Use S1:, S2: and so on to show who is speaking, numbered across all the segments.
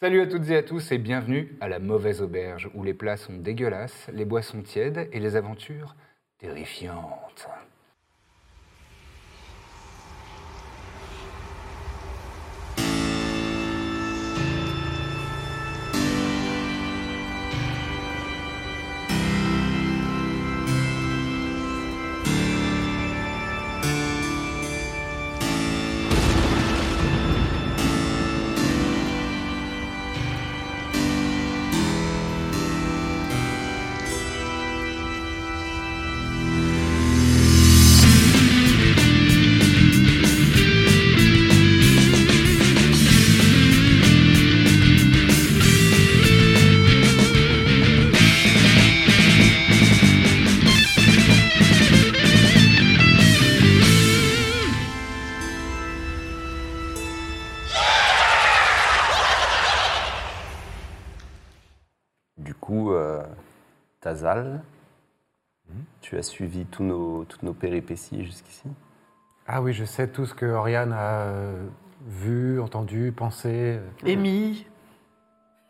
S1: Salut à toutes et à tous et bienvenue à la mauvaise auberge où les plats sont dégueulasses, les boissons tièdes et les aventures terrifiantes.
S2: Du coup, euh, Tazal,
S3: Hmm?
S2: tu as suivi tous nos, toutes nos péripéties jusqu'ici.
S3: Ah oui, je sais tout ce que Oriane a euh, vu, entendu, pensé. euh.
S4: Émis.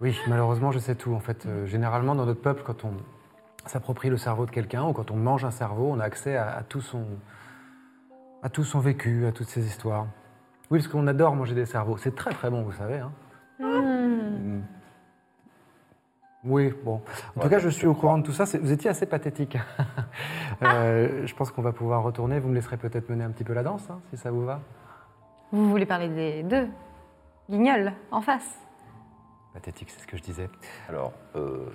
S3: Oui, malheureusement, je sais tout. En fait, Euh, généralement, dans notre peuple, quand on s'approprie le cerveau de quelqu'un ou quand on mange un cerveau, on a accès à, à tout son, à tout son vécu, à toutes ses histoires. Oui, parce qu'on adore manger des cerveaux. C'est très très bon, vous savez. hein. Oui, bon. En tout cas, je suis au courant de tout ça. C'est- Vous étiez assez pathétique. Euh, Je pense qu'on va pouvoir retourner. Vous me laisserez peut-être mener un petit peu la danse, hein, si ça vous va.
S5: Vous voulez parler des deux guignols en face
S3: Pathétique, c'est ce que je disais.
S2: Alors, euh,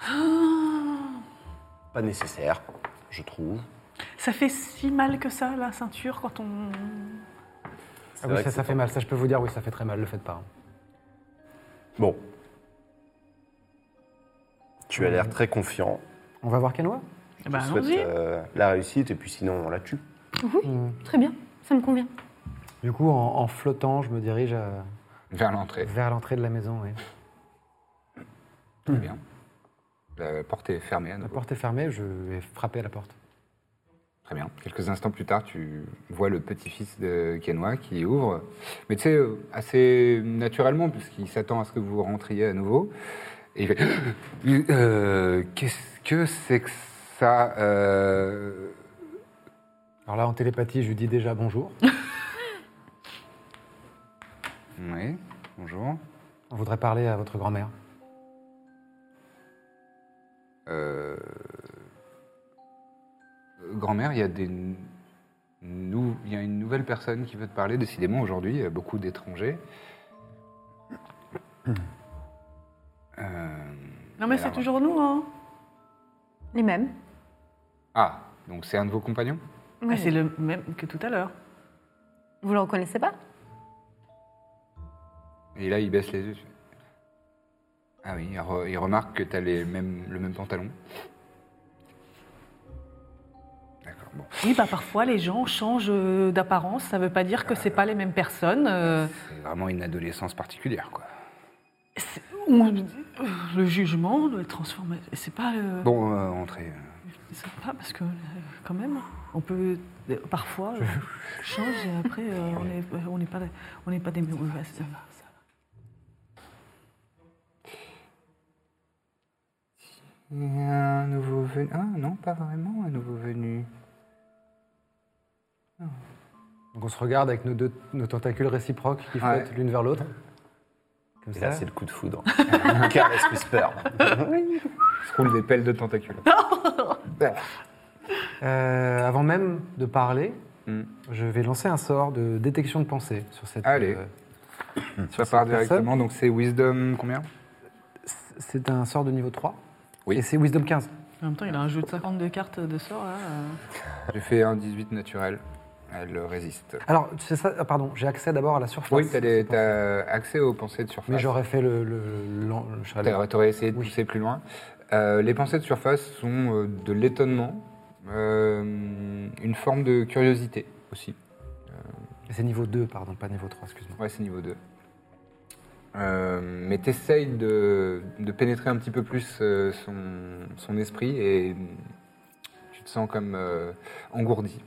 S3: Ah.
S2: pas nécessaire, je trouve.
S4: Ça fait si mal que ça, la ceinture, quand on.
S3: Ah
S2: vrai que
S3: oui, ça, ça
S2: c'est
S3: fait
S2: pas-
S3: mal. Ça, je peux vous dire, oui, ça fait très mal. Le faites pas. hein.
S2: Bon. Tu as l'air très confiant.
S3: On va voir Kenwa
S4: Eh ben,
S2: Je souhaite
S4: allons-y.
S2: euh, la réussite et puis sinon on la tue.
S5: Très bien, ça me convient.
S3: Du coup, en, en flottant, je me dirige à-
S1: Vers l'entrée.
S3: vers l'entrée de la maison. oui.
S1: Très bien. La porte est fermée à
S3: La
S1: nouveau.
S3: porte est fermée, je vais frapper à la porte.
S1: Très bien. Quelques instants plus tard, tu vois le petit-fils de Kenwa qui ouvre. Mais tu sais, euh, assez naturellement, puisqu'il s'attend à ce que vous rentriez à nouveau. Et il fait Euh, Qu'est-ce que c'est que ça euh,
S3: Alors là, en télépathie, je lui dis déjà bonjour.
S1: Oui, bonjour.
S3: On voudrait parler à votre grand-mère.
S1: Euh, Grand-mère, il y a des nou- il y a une nouvelle personne qui veut te parler. Décidément, aujourd'hui, il y a beaucoup d'étrangers. Euh,
S4: Non, mais c'est
S1: Alors.
S4: toujours nous, hein.
S5: Les mêmes.
S1: Ah, donc c'est un de vos compagnons
S4: Ah, c'est le même que tout à l'heure.
S5: Vous le reconnaissez pas
S1: Et là, il baisse les yeux. Ah oui, il, re- il remarque que tu as les mêmes, le même pantalon. D'accord, bon.
S4: Oui, bah parfois les gens changent euh, d'apparence, ça veut pas dire que c'est pas les mêmes personnes. euh,
S1: C'est vraiment une adolescence particulière, quoi.
S4: c'est- on- euh, le jugement doit être transformé. C'est pas, euh,
S1: Bon, euh, entrez.
S4: c'est pas parce que euh, quand même, on peut euh, parfois euh, change et après euh, on est- euh, on n'est pas on n'est pas des mauvaises.
S1: Il y a un nouveau venu. Ah non, pas vraiment un nouveau venu.
S3: Donc on se regarde avec nos deux nos tentacules réciproques qui
S1: Ouais.
S3: flottent l'une vers l'autre. Comme
S2: Et
S3: ça.
S2: là, c'est le coup de foudre. Caresse Whisper.
S1: se roule des pelles de tentacules.
S3: Euh, avant même de parler,
S1: Mm.
S3: je vais lancer un sort de détection de pensée sur cette.
S1: Allez.
S3: euh,
S1: Ça part
S3: cette
S1: directement, donc c'est Wisdom combien
S3: c'est un sort de niveau 3.
S1: Oui.
S3: Et c'est Wisdom 15.
S4: En même temps, il a un jeu de 52 cartes de sort là. euh.
S1: J'ai fait un 18 naturel. Elle résiste.
S3: Alors, c'est ça, ah, pardon, j'ai accès d'abord à la surface.
S1: Oui, t'as, des-
S3: c'est pour ça.
S1: t'as accès aux pensées de
S2: Ah.
S1: surface.
S3: Mais j'aurais fait le. le, l'en- le chalet.
S1: T'aurais t'aurais essayé de
S3: Oui.
S1: pousser plus loin. Euh, les pensées de surface sont euh, de l'étonnement, euh, une forme de curiosité aussi.
S3: C'est niveau 2, pardon, pas niveau 3, excuse-moi.
S1: Ouais, c'est niveau 2. Euh, mais t'essayes de, de pénétrer un petit peu plus euh, son, son esprit et mm, tu te sens comme euh, engourdi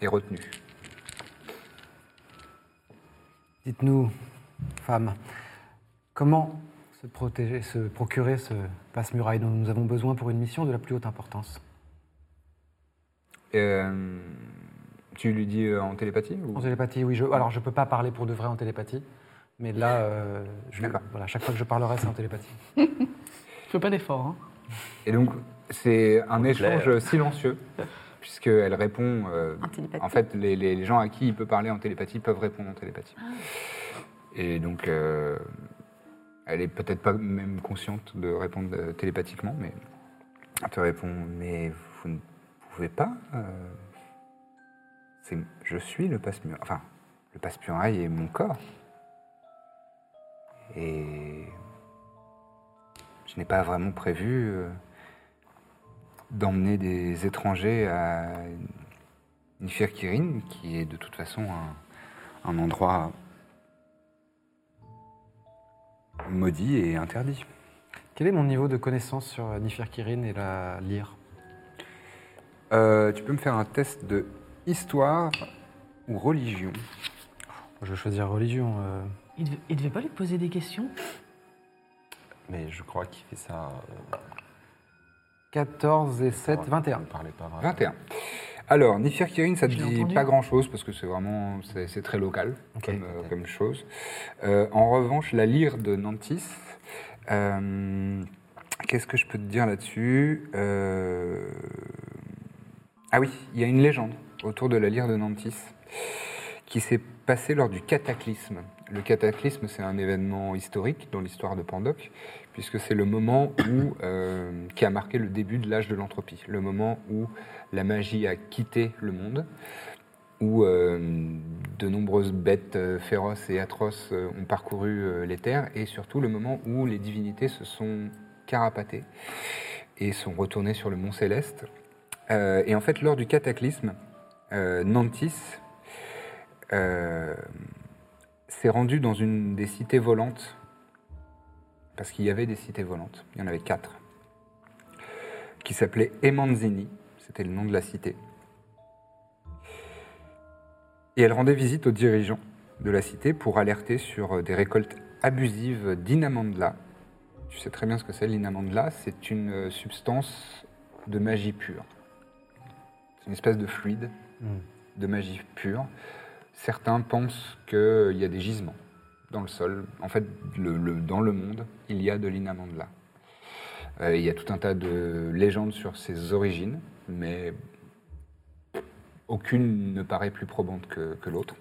S1: et retenu.
S3: Dites-nous, femme, comment se protéger, se procurer ce passe-muraille dont nous avons besoin pour une mission de la plus haute importance
S1: Euh, tu lui dis euh, en télépathie ou-
S3: En télépathie, oui. Je, alors, je peux pas parler pour de vrai en télépathie, mais là, euh, je,
S1: D'accord.
S3: voilà, chaque fois que je parlerai, c'est en télépathie.
S4: Je fais pas d'effort. Hein.
S1: Et donc, c'est un échange
S2: clair.
S1: silencieux, puisqu'elle répond. euh,
S5: En télépathie.
S1: en fait, les, les- les gens à qui il peut parler en télépathie peuvent répondre en télépathie.
S5: Ah.
S1: Et donc, euh, elle est peut-être pas même consciente de répondre euh, télépathiquement, mais elle te répond Mais vous ne pouvez pas euh, c'est- Je suis le passe-muraille. Enfin, le passe-muraille est mon corps. Et je n'ai pas vraiment prévu euh, d'emmener des étrangers à Nifirkirin, qui est de toute façon un, un endroit maudit et interdit.
S3: Quel est mon niveau de connaissance sur euh, Nifir Kirin et la lyre
S1: Euh, tu peux me faire un test de histoire ou religion
S3: Je vais choisir religion. euh.
S4: Il, devait- il devait pas lui poser des questions
S2: Mais je crois qu'il fait ça. euh,
S3: 14 et 7,
S2: on- On
S3: 21.
S2: ne parlait pas vraiment.
S1: 21. Alors, Nifirkirin, ça ne
S4: Je l'ai
S1: dit
S4: entendu.
S1: pas grand-chose parce que c'est vraiment c'est c'est très local
S3: Ok.
S1: comme, euh, comme chose. Euh, en revanche, la lyre de Nantis, euh, qu'est-ce que je peux te dire là-dessus Euh, Ah oui, il y a une légende autour de la lyre de Nantis qui s'est passée lors du cataclysme. Le cataclysme, c'est un événement historique dans l'histoire de Pandoc, puisque c'est le moment où, euh, qui a marqué le début de l'âge de l'entropie, le moment où la magie a quitté le monde, où euh, de nombreuses bêtes euh, féroces et atroces euh, ont parcouru euh, les terres, et surtout le moment où les divinités se sont carapatées et sont retournées sur le Mont Céleste. Euh, et en fait, lors du cataclysme, euh, Nantis euh, s'est rendu dans une des cités volantes, parce qu'il y avait des cités volantes, il y en avait quatre, qui s'appelait Emanzini, c'était le nom de la cité. Et elle rendait visite aux dirigeants de la cité pour alerter sur euh, des récoltes abusives d'inamandla. Tu sais très bien ce que c'est l'inamandla, c'est une euh, substance de magie pure. C'est une espèce de fluide de magie pure. Certains pensent qu'il y a des gisements dans le sol. En fait, le- le- dans le monde, il y a de l'inamandla. Euh, il y a tout un tas de légendes sur ses origines, mais aucune ne paraît plus probante que, que l'autre.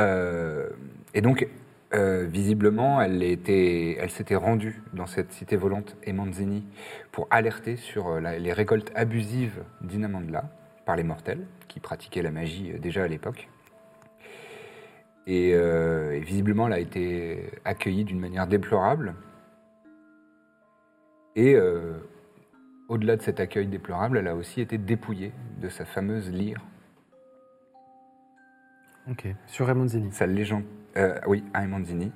S1: Euh, et donc, euh, visiblement, elle, était- elle s'était rendue dans cette cité volante Emanzini pour alerter sur euh, la- les récoltes abusives d'Inamandla par les mortels qui pratiquaient la magie euh, déjà à l'époque. Et, euh, et visiblement, elle a été accueillie d'une manière déplorable. Et euh, au-delà de cet accueil déplorable, elle a aussi été dépouillée de sa fameuse lyre,
S3: Ok. Sur Raymondini.
S1: sa légende. euh, oui, à Emanzini.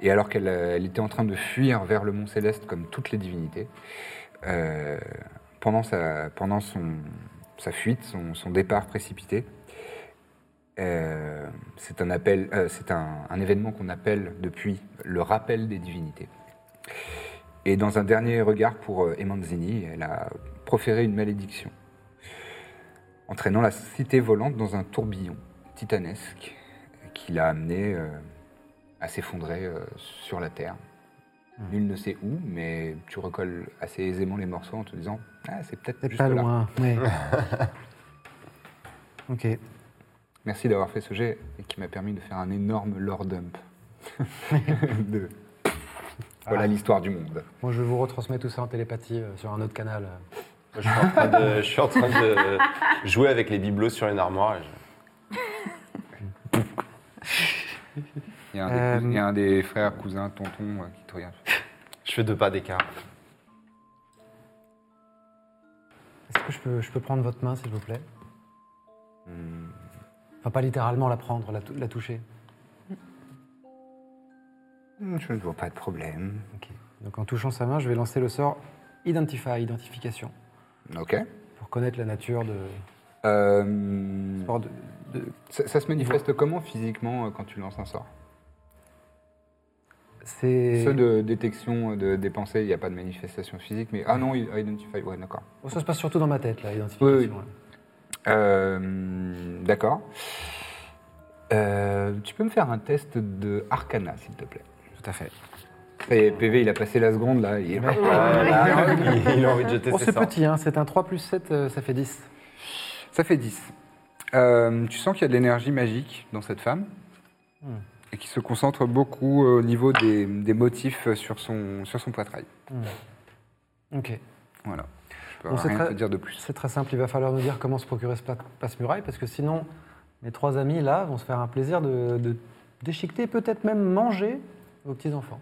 S1: Et alors qu'elle euh, elle était en train de fuir vers le Mont Céleste comme toutes les divinités, euh, pendant, sa, pendant son, sa fuite, son, son départ précipité, euh, c'est un, appel, euh, c'est un, un événement qu'on appelle depuis le rappel des divinités. Et dans un dernier regard pour euh, Emanzini, elle a proféré une malédiction, entraînant la cité volante dans un tourbillon titanesque qui l'a amenée euh, à s'effondrer euh, sur la terre.
S3: Hmm.
S1: Nul ne sait où, mais tu recolles assez aisément les morceaux en te disant Ah, c'est peut-être
S3: C'est
S1: juste
S3: pas
S1: là.
S3: loin. ouais. ok.
S1: Merci d'avoir fait ce jet et qui m'a permis de faire un énorme lore dump. De-
S3: Ah.
S1: Voilà l'histoire du monde.
S3: Moi, je vais vous retransmets tout ça en télépathie euh, sur un autre canal. euh.
S2: Moi, Je suis en train de, je suis en train de jouer avec les bibelots sur une armoire. et je-
S1: Il y a un des,
S3: Euh,
S1: cous- il y a un des frères, cousins, tontons euh, qui te regarde.
S6: Je fais deux pas d'écart.
S3: Est-ce que je peux, je peux prendre votre main, s'il vous plaît Enfin, pas littéralement la prendre, la, tou- la toucher.
S1: Hmm, Je ne vois pas de problème.
S3: Ok. Donc en touchant sa main, je vais lancer le sort Identify, identification,
S1: Ok.
S3: pour connaître la nature de.
S1: Euh,
S3: hors de- de-
S1: ça, ça se manifeste comment physiquement euh, quand tu lances un sort
S3: C'est.
S1: Ceux de détection euh, de, des pensées, il n'y a pas de manifestation physique, mais. Ah non, Identify, ouais, d'accord.
S3: Oh, ça se passe surtout dans ma tête, là,
S1: Oui, oui.
S3: identification. là.
S1: Euh, d'accord. Euh, tu peux me faire un test de Arcana, s'il te plaît.
S3: Tout à fait.
S1: Ça y est, PV, il a passé la seconde, là. Il...
S2: Voilà. il, il a envie de jeter
S3: Oh,
S2: ses
S3: c'est
S2: sorts.
S3: petit, hein, c'est un 3 plus 7, euh, ça fait 10.
S1: Ça fait 10. Euh, tu sens qu'il y a de l'énergie magique dans cette femme et qui se concentre beaucoup euh, au niveau des, des motifs euh, sur son, sur son poitrail.
S3: Ok.
S1: Voilà. Je peux
S3: Bon, c'est
S1: rien
S3: très-
S1: te dire de plus.
S3: C'est très simple, il va falloir nous dire comment se procurer ce pla- passe-muraille, parce que sinon, mes trois amis, là, vont se faire un plaisir de, de déchiqueter, peut-être même manger vos petits-enfants.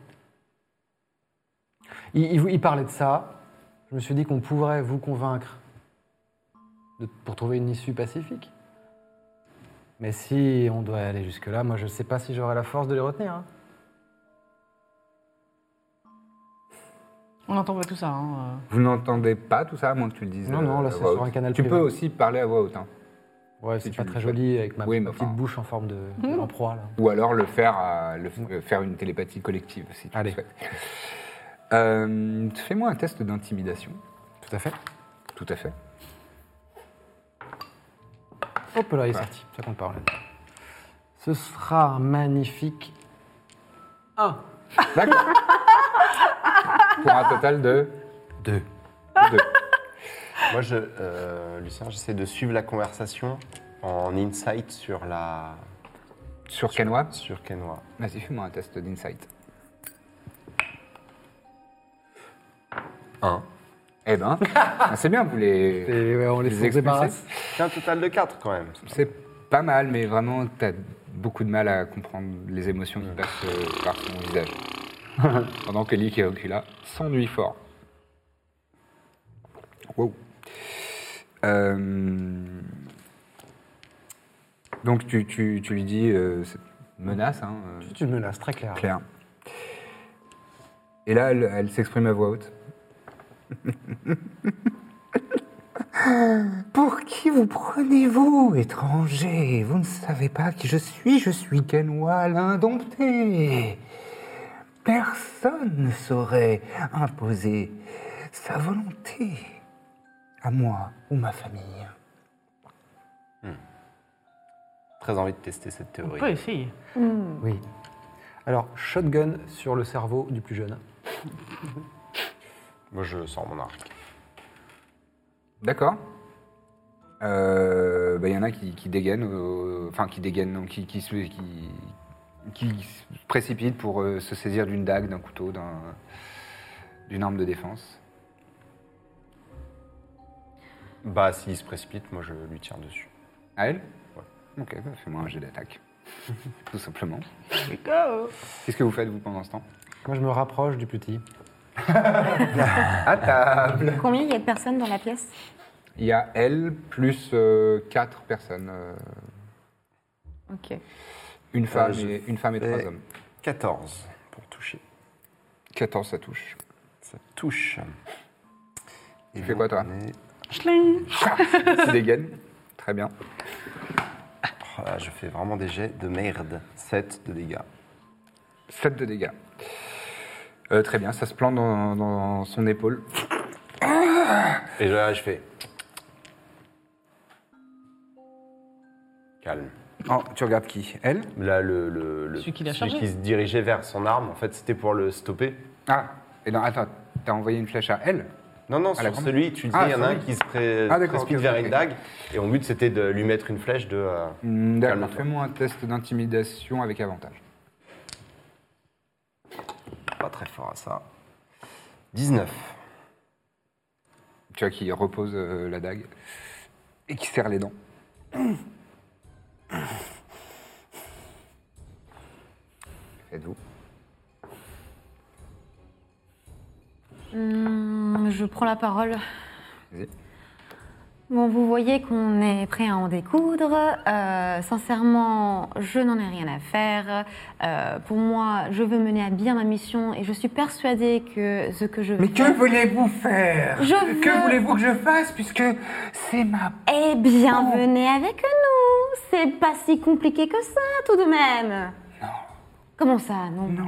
S3: Ils il, il parlaient de ça. Je me suis dit qu'on pourrait vous convaincre de- pour trouver une issue pacifique. Mais si on doit aller jusque-là, moi, je ne sais pas si j'aurai la force de les retenir. hein.
S4: On n'entend pas tout ça. hein, euh.
S1: Vous n'entendez pas tout ça, à moins que tu le dises. euh,
S3: Non, non, là,
S1: à
S3: c'est
S1: voix
S3: sur
S1: haute.
S3: un canal
S1: Tu
S3: privé.
S1: peux aussi parler à voix haute. hein.
S3: Ouais,
S1: Si
S3: c'est
S1: tu
S3: pas
S1: le
S3: très
S1: fais.
S3: joli avec ma,
S1: Oui, mais
S3: ma petite
S1: enfin-
S3: bouche en forme de, de en proie. Là.
S1: Ou alors le faire, à- le- euh, faire une télépathie collective, si tu
S3: Allez.
S1: le souhaites. Euh, Fais-moi un test d'intimidation.
S3: Tout à fait.
S1: Tout à fait.
S3: Hop là, il est sorti. Ça compte pas. on l'a dit. Ce sera un magnifique 1.
S1: D'accord. Pour un total de
S6: Deux.
S1: deux.
S2: Moi, je, euh, Lucien, j'essaie de suivre la conversation en insight sur la
S1: Sur Kenwa
S2: sur Kenwa.
S1: Vas-y, fais-moi un test d'insight.
S2: Un.
S1: Eh ben, c'est bien, vous les.
S3: Et ouais, on les,
S1: Les
S3: on se
S1: expulser.
S3: débarrasse.
S2: C'est un total de 4 quand même.
S1: C'est pas mal, mais vraiment, t'as beaucoup de mal à comprendre les émotions qui passent euh, par son visage. Pendant que Lick et Ocula s'ennuient fort. Wow. Euh, Donc, tu, tu- tu lui dis euh, cette menace, hein, euh,
S3: Tu me menaces, très clair.
S1: Claire. Et là, elle, elle s'exprime à voix haute. Pour qui vous prenez-vous, étranger Vous ne savez pas qui je suis Je suis Kenwa l'indompté. Personne ne saurait imposer sa volonté à moi ou ma famille.
S2: Très envie de tester cette
S4: On
S2: théorie.
S4: peut essayer.
S3: Oui. Alors, shotgun sur le cerveau du plus jeune.
S2: Moi, je sors mon arc.
S1: D'accord. Il y en a qui, qui dégainent, euh, enfin qui dégainent, non, qui, qui, se- qui- qui se précipitent pour euh, se saisir d'une dague, d'un couteau, d'un- d'une arme de défense.
S2: Bah, s'il se précipite, moi, je lui tire dessus.
S1: À elle Ok, bah, fais-moi un jet d'attaque. Tout simplement. Qu'est-ce que vous faites, vous, pendant ce temps
S3: Moi, je me rapproche du petit.
S1: À table
S5: Combien il y a de personnes dans la pièce
S1: Il y a elle plus 4 personnes. euh,
S5: Ok.
S1: une, femme
S2: Ah, je
S1: et, une femme et trois
S2: fais-
S1: hommes.
S2: 14 pour toucher.
S1: 14, ça touche.
S2: Ça touche.
S1: Tu fais quoi, toi
S2: On est-
S4: Schling
S1: Tu dégaines Très bien.
S2: Oh là, je fais vraiment des jets de merde. 7 de dégâts.
S1: 7 de dégâts. Euh, très bien, ça se plante dans, dans son épaule.
S2: Et là, je fais. Calme.
S1: Oh, tu regardes qui Elle
S2: Là, le, le- le-
S4: Celui qui l'a chargé.
S2: se dirigeait vers son arme, en fait, c'était pour le stopper.
S1: Ah, et non, attends, t'as envoyé une flèche à elle
S2: Non, non,
S1: la
S2: sur
S1: grande-
S2: celui, tu dis,
S1: Ah,
S2: il y en
S1: sur
S2: a un
S1: lui.
S2: qui se pré-
S1: Ah, d'accord,
S2: précipite
S1: ok,
S2: vers
S1: ok,
S2: une
S1: ok.
S2: dague, et mon but, c'était de lui mettre une flèche de. euh,
S1: Hmm, D'accord,
S2: calme-toi.
S1: fais-moi un test d'intimidation avec avantage.
S2: Pas très fort à ça. 19.
S1: Tu vois qui repose euh, la dague et qui serre les dents. Êtes-vous
S5: Hum, je prends la parole.
S1: Vas-y.
S5: Bon, vous voyez qu'on est prêt à en découdre. Euh, sincèrement, je n'en ai rien à faire. Euh, pour moi, je veux mener à bien ma mission et je suis persuadée que ce que je veux
S7: Mais que voulez-vous faire
S5: Je veux-
S7: Que voulez-vous que je fasse puisque c'est ma...
S5: Eh bien,
S1: Oh.
S5: venez avec nous. C'est pas si compliqué que ça, tout de même. Non. Comment ça, non Non.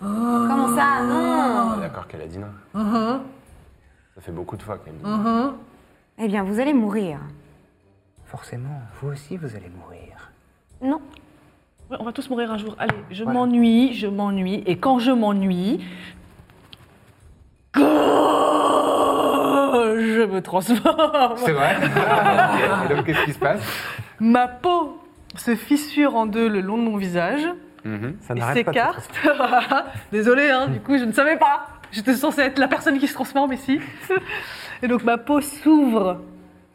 S5: Comment ça, non
S2: D'accord qu'elle a dit non.
S4: Mm-hmm.
S2: Ça fait beaucoup de fois qu'elle dit non.
S5: Eh bien, vous allez mourir.
S7: Forcément, vous aussi vous allez mourir.
S5: Non.
S4: Ouais, on va tous mourir un jour. Allez, je m'ennuie, je m'ennuie. Et quand je m'ennuie, je me transforme.
S1: C'est vrai Et donc, qu'est-ce qui se passe
S4: Ma peau se fissure en deux le long de mon visage
S3: Ça
S4: et
S3: n'arrête pas. de-
S4: s'écarte. Désolée, hein, du coup, je ne savais pas. J'étais censée être la personne qui se transforme ici. Et donc ma peau s'ouvre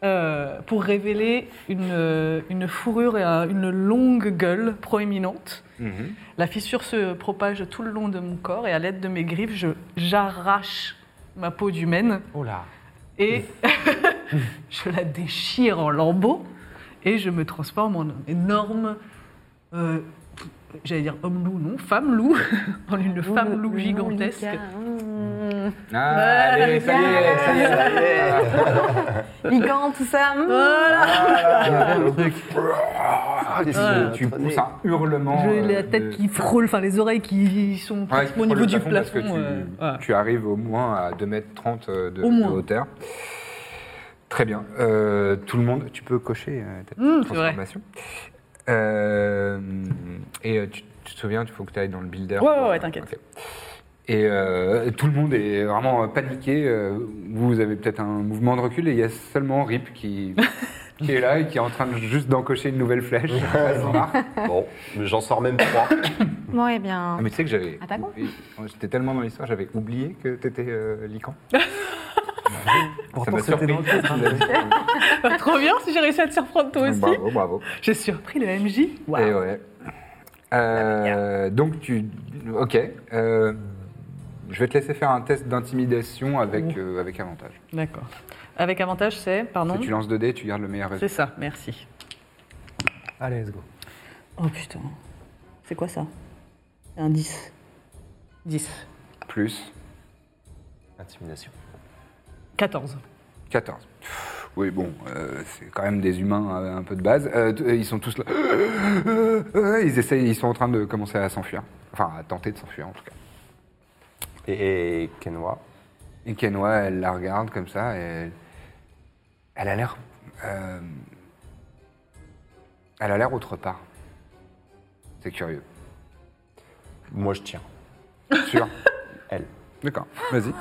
S4: euh, pour révéler une, euh, une fourrure et un- une longue gueule proéminente. La fissure se propage tout le long de mon corps et à l'aide de mes griffes, je- j'arrache ma peau d'humaine
S3: Oh là.
S4: et je la déchire en lambeaux et je me transforme en un énorme, euh, j'allais dire homme loup, non, femme loup, en une femme loup gigantesque.
S5: Hum,
S1: Ah,
S4: Ouais,
S1: allez, ça y est, ça y est, ça y est.
S5: Ligand, tout ça. hum.
S4: Voilà,
S1: Ah, qu'est-ce
S4: Voilà.
S1: que Tu pousses un hurlement.
S4: j'ai
S1: euh,
S4: la
S1: de-
S4: tête qui frôle, enfin les oreilles qui sont
S1: Ouais,
S4: pratiquement au
S1: pour le
S4: niveau du
S1: parce que
S4: plafond.
S1: tu,
S4: euh, voilà.
S1: tu arrives au moins à 2m30 de, euh, de
S4: Au moins.
S1: hauteur. Très bien. Euh, tout le monde, tu peux cocher euh, ta petite
S4: Mm, c'est vrai.
S1: transformation. Euh, et euh, tu, tu te souviens, il faut que tu ailles dans le builder.
S4: Ouais, ouais,
S1: pour-
S4: ouais, t'inquiète.
S1: ok. Et euh, tout le monde est vraiment paniqué. euh, Vous avez peut-être un mouvement de recul et il y a seulement Rip qui, qui est là et qui est en train de, juste d'encocher une nouvelle flèche. à son arc.
S2: Bon, mais j'en sors même trois.
S5: Bon, eh bien.
S1: Ah, mais tu sais que j'avais.
S5: Attaquons.
S1: oublié- J'étais tellement dans l'histoire, j'avais oublié que t'étais euh, Lycan.
S3: Pourtant, c'était dans le titre, hein.
S4: Bah, trop bien si j'ai réussi à te surprendre toi aussi.
S1: Ah, bravo, bravo.
S4: J'ai surpris le MJ. Waouh.
S1: Et ouais. Euh, donc tu. Ok. euh, je vais te laisser faire un test d'intimidation avec, euh, avec avantage.
S4: D'accord. Avec avantage, c'est, pardon,
S1: Si tu lances 2 dés, tu gardes le meilleur
S4: Hein c'est
S1: résultat.
S4: ça, merci.
S3: Allez, let's go.
S4: Oh putain. C'est quoi ça Un 10. 10.
S1: Plus
S2: Intimidation.
S4: 14.
S1: 14. Oui, bon, euh, c'est quand même des humains euh, un peu de base. Euh, t- ils sont tous là. Euh, Ils, essayent, ils sont en train de commencer à s'enfuir. Enfin, à tenter de s'enfuir en tout cas.
S2: Et, et Kenwa
S1: Et Kenwa, elle la regarde comme ça et elle, elle a l'air. euh, elle a l'air autre part. C'est curieux.
S2: Moi, je tiens.
S1: Sûr
S2: Elle.
S1: D'accord, vas-y.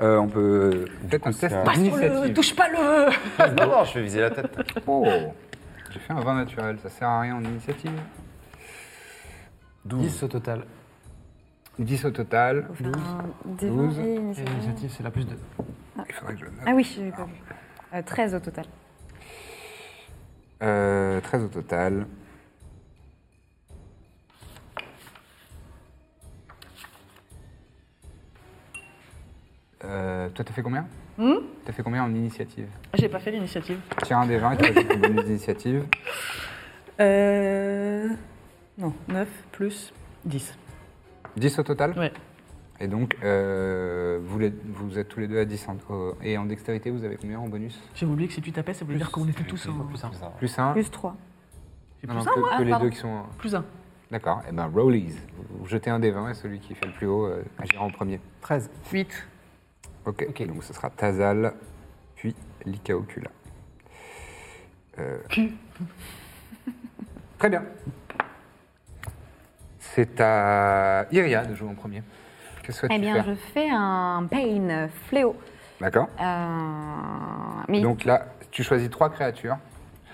S1: Euh, on peut. Peut-être un test
S2: un-
S1: d'initiative.
S4: touche pas le.
S2: non, non, je vais viser la tête.
S1: Oh J'ai fait un vin naturel, ça sert à rien en initiative.
S3: 10 au total.
S1: 10 au total.
S5: Faut faire un dé-
S1: 12.
S5: mais c'est
S3: Et
S5: pas grave.
S3: l'initiative, c'est la plus de.
S1: Il faudrait que je le note.
S5: Ah oui, j'ai pas vu. Euh, 13 au total.
S1: Euh, 13 au total. Euh, toi, t'as fait combien
S5: Hmm
S1: T'as fait combien en initiative
S4: Ah, J'ai pas fait l'initiative.
S1: Tire un des 20 et tu rajoutes le bonus d'initiative.
S4: Euh. Non, 9 plus 10.
S1: 10 au total
S4: Ouais.
S1: Et donc, euh, vous, les- vous êtes tous les deux à 10. en- au- et en dextérité, vous avez combien en bonus
S4: J'ai oublié que si tu tapais, ça voulait dire qu'on était tous au.
S3: Plus un.
S1: Plus 1
S5: Plus 3.
S1: que, que les
S5: Ah, pardon.
S1: deux qui sont. en-
S4: Plus 1.
S1: D'accord. Et ben, Rollies. Vous- vous Jetez un des 20 et celui qui fait le plus haut euh, agira en premier.
S3: 13.
S4: 8.
S1: Ok. Donc, ce sera Tazal, puis Lycaocula. Euh, Très bien. C'est à Iria de jouer en premier. Que souhaites-tu
S5: Eh bien,
S1: faire
S5: je fais un pain euh, fléau.
S1: D'accord.
S5: Euh, mais
S1: Donc là, tu choisis trois créatures.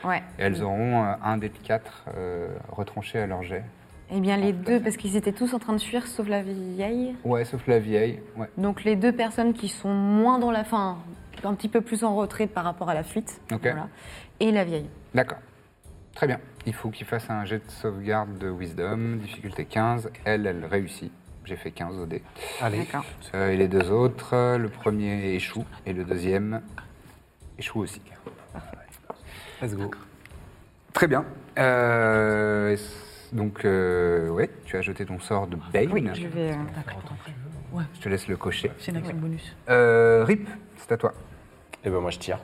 S5: ouais.
S1: Et elles auront euh, un des quatre euh, retranchés à leur jet.
S5: Eh bien, les
S1: tout à
S5: deux,
S1: fait.
S5: parce qu'ils étaient tous en train de fuir, sauf la vieille.
S1: Ouais, sauf la vieille. Ouais.
S5: Donc, les deux personnes qui sont moins dans la fin, un petit peu plus en retrait par rapport à la fuite.
S1: Ok.
S5: Et la vieille.
S1: D'accord. Très bien. Il faut qu'il fasse un jet de sauvegarde de Wisdom, difficulté 15. Elle, elle réussit. J'ai fait 15 au dé.
S3: Allez.
S1: Euh, et les deux autres, euh, le premier échoue et le deuxième échoue aussi.
S3: Let's go.
S1: Très bien. Euh, est-ce- donc, euh, ouais, tu as jeté ton sort de Bane.
S5: Oui, je vais. euh,
S1: Je te laisse le cocher.
S4: C'est une action bonus.
S1: Euh, Rip, c'est à toi.
S2: Et ben moi je tire.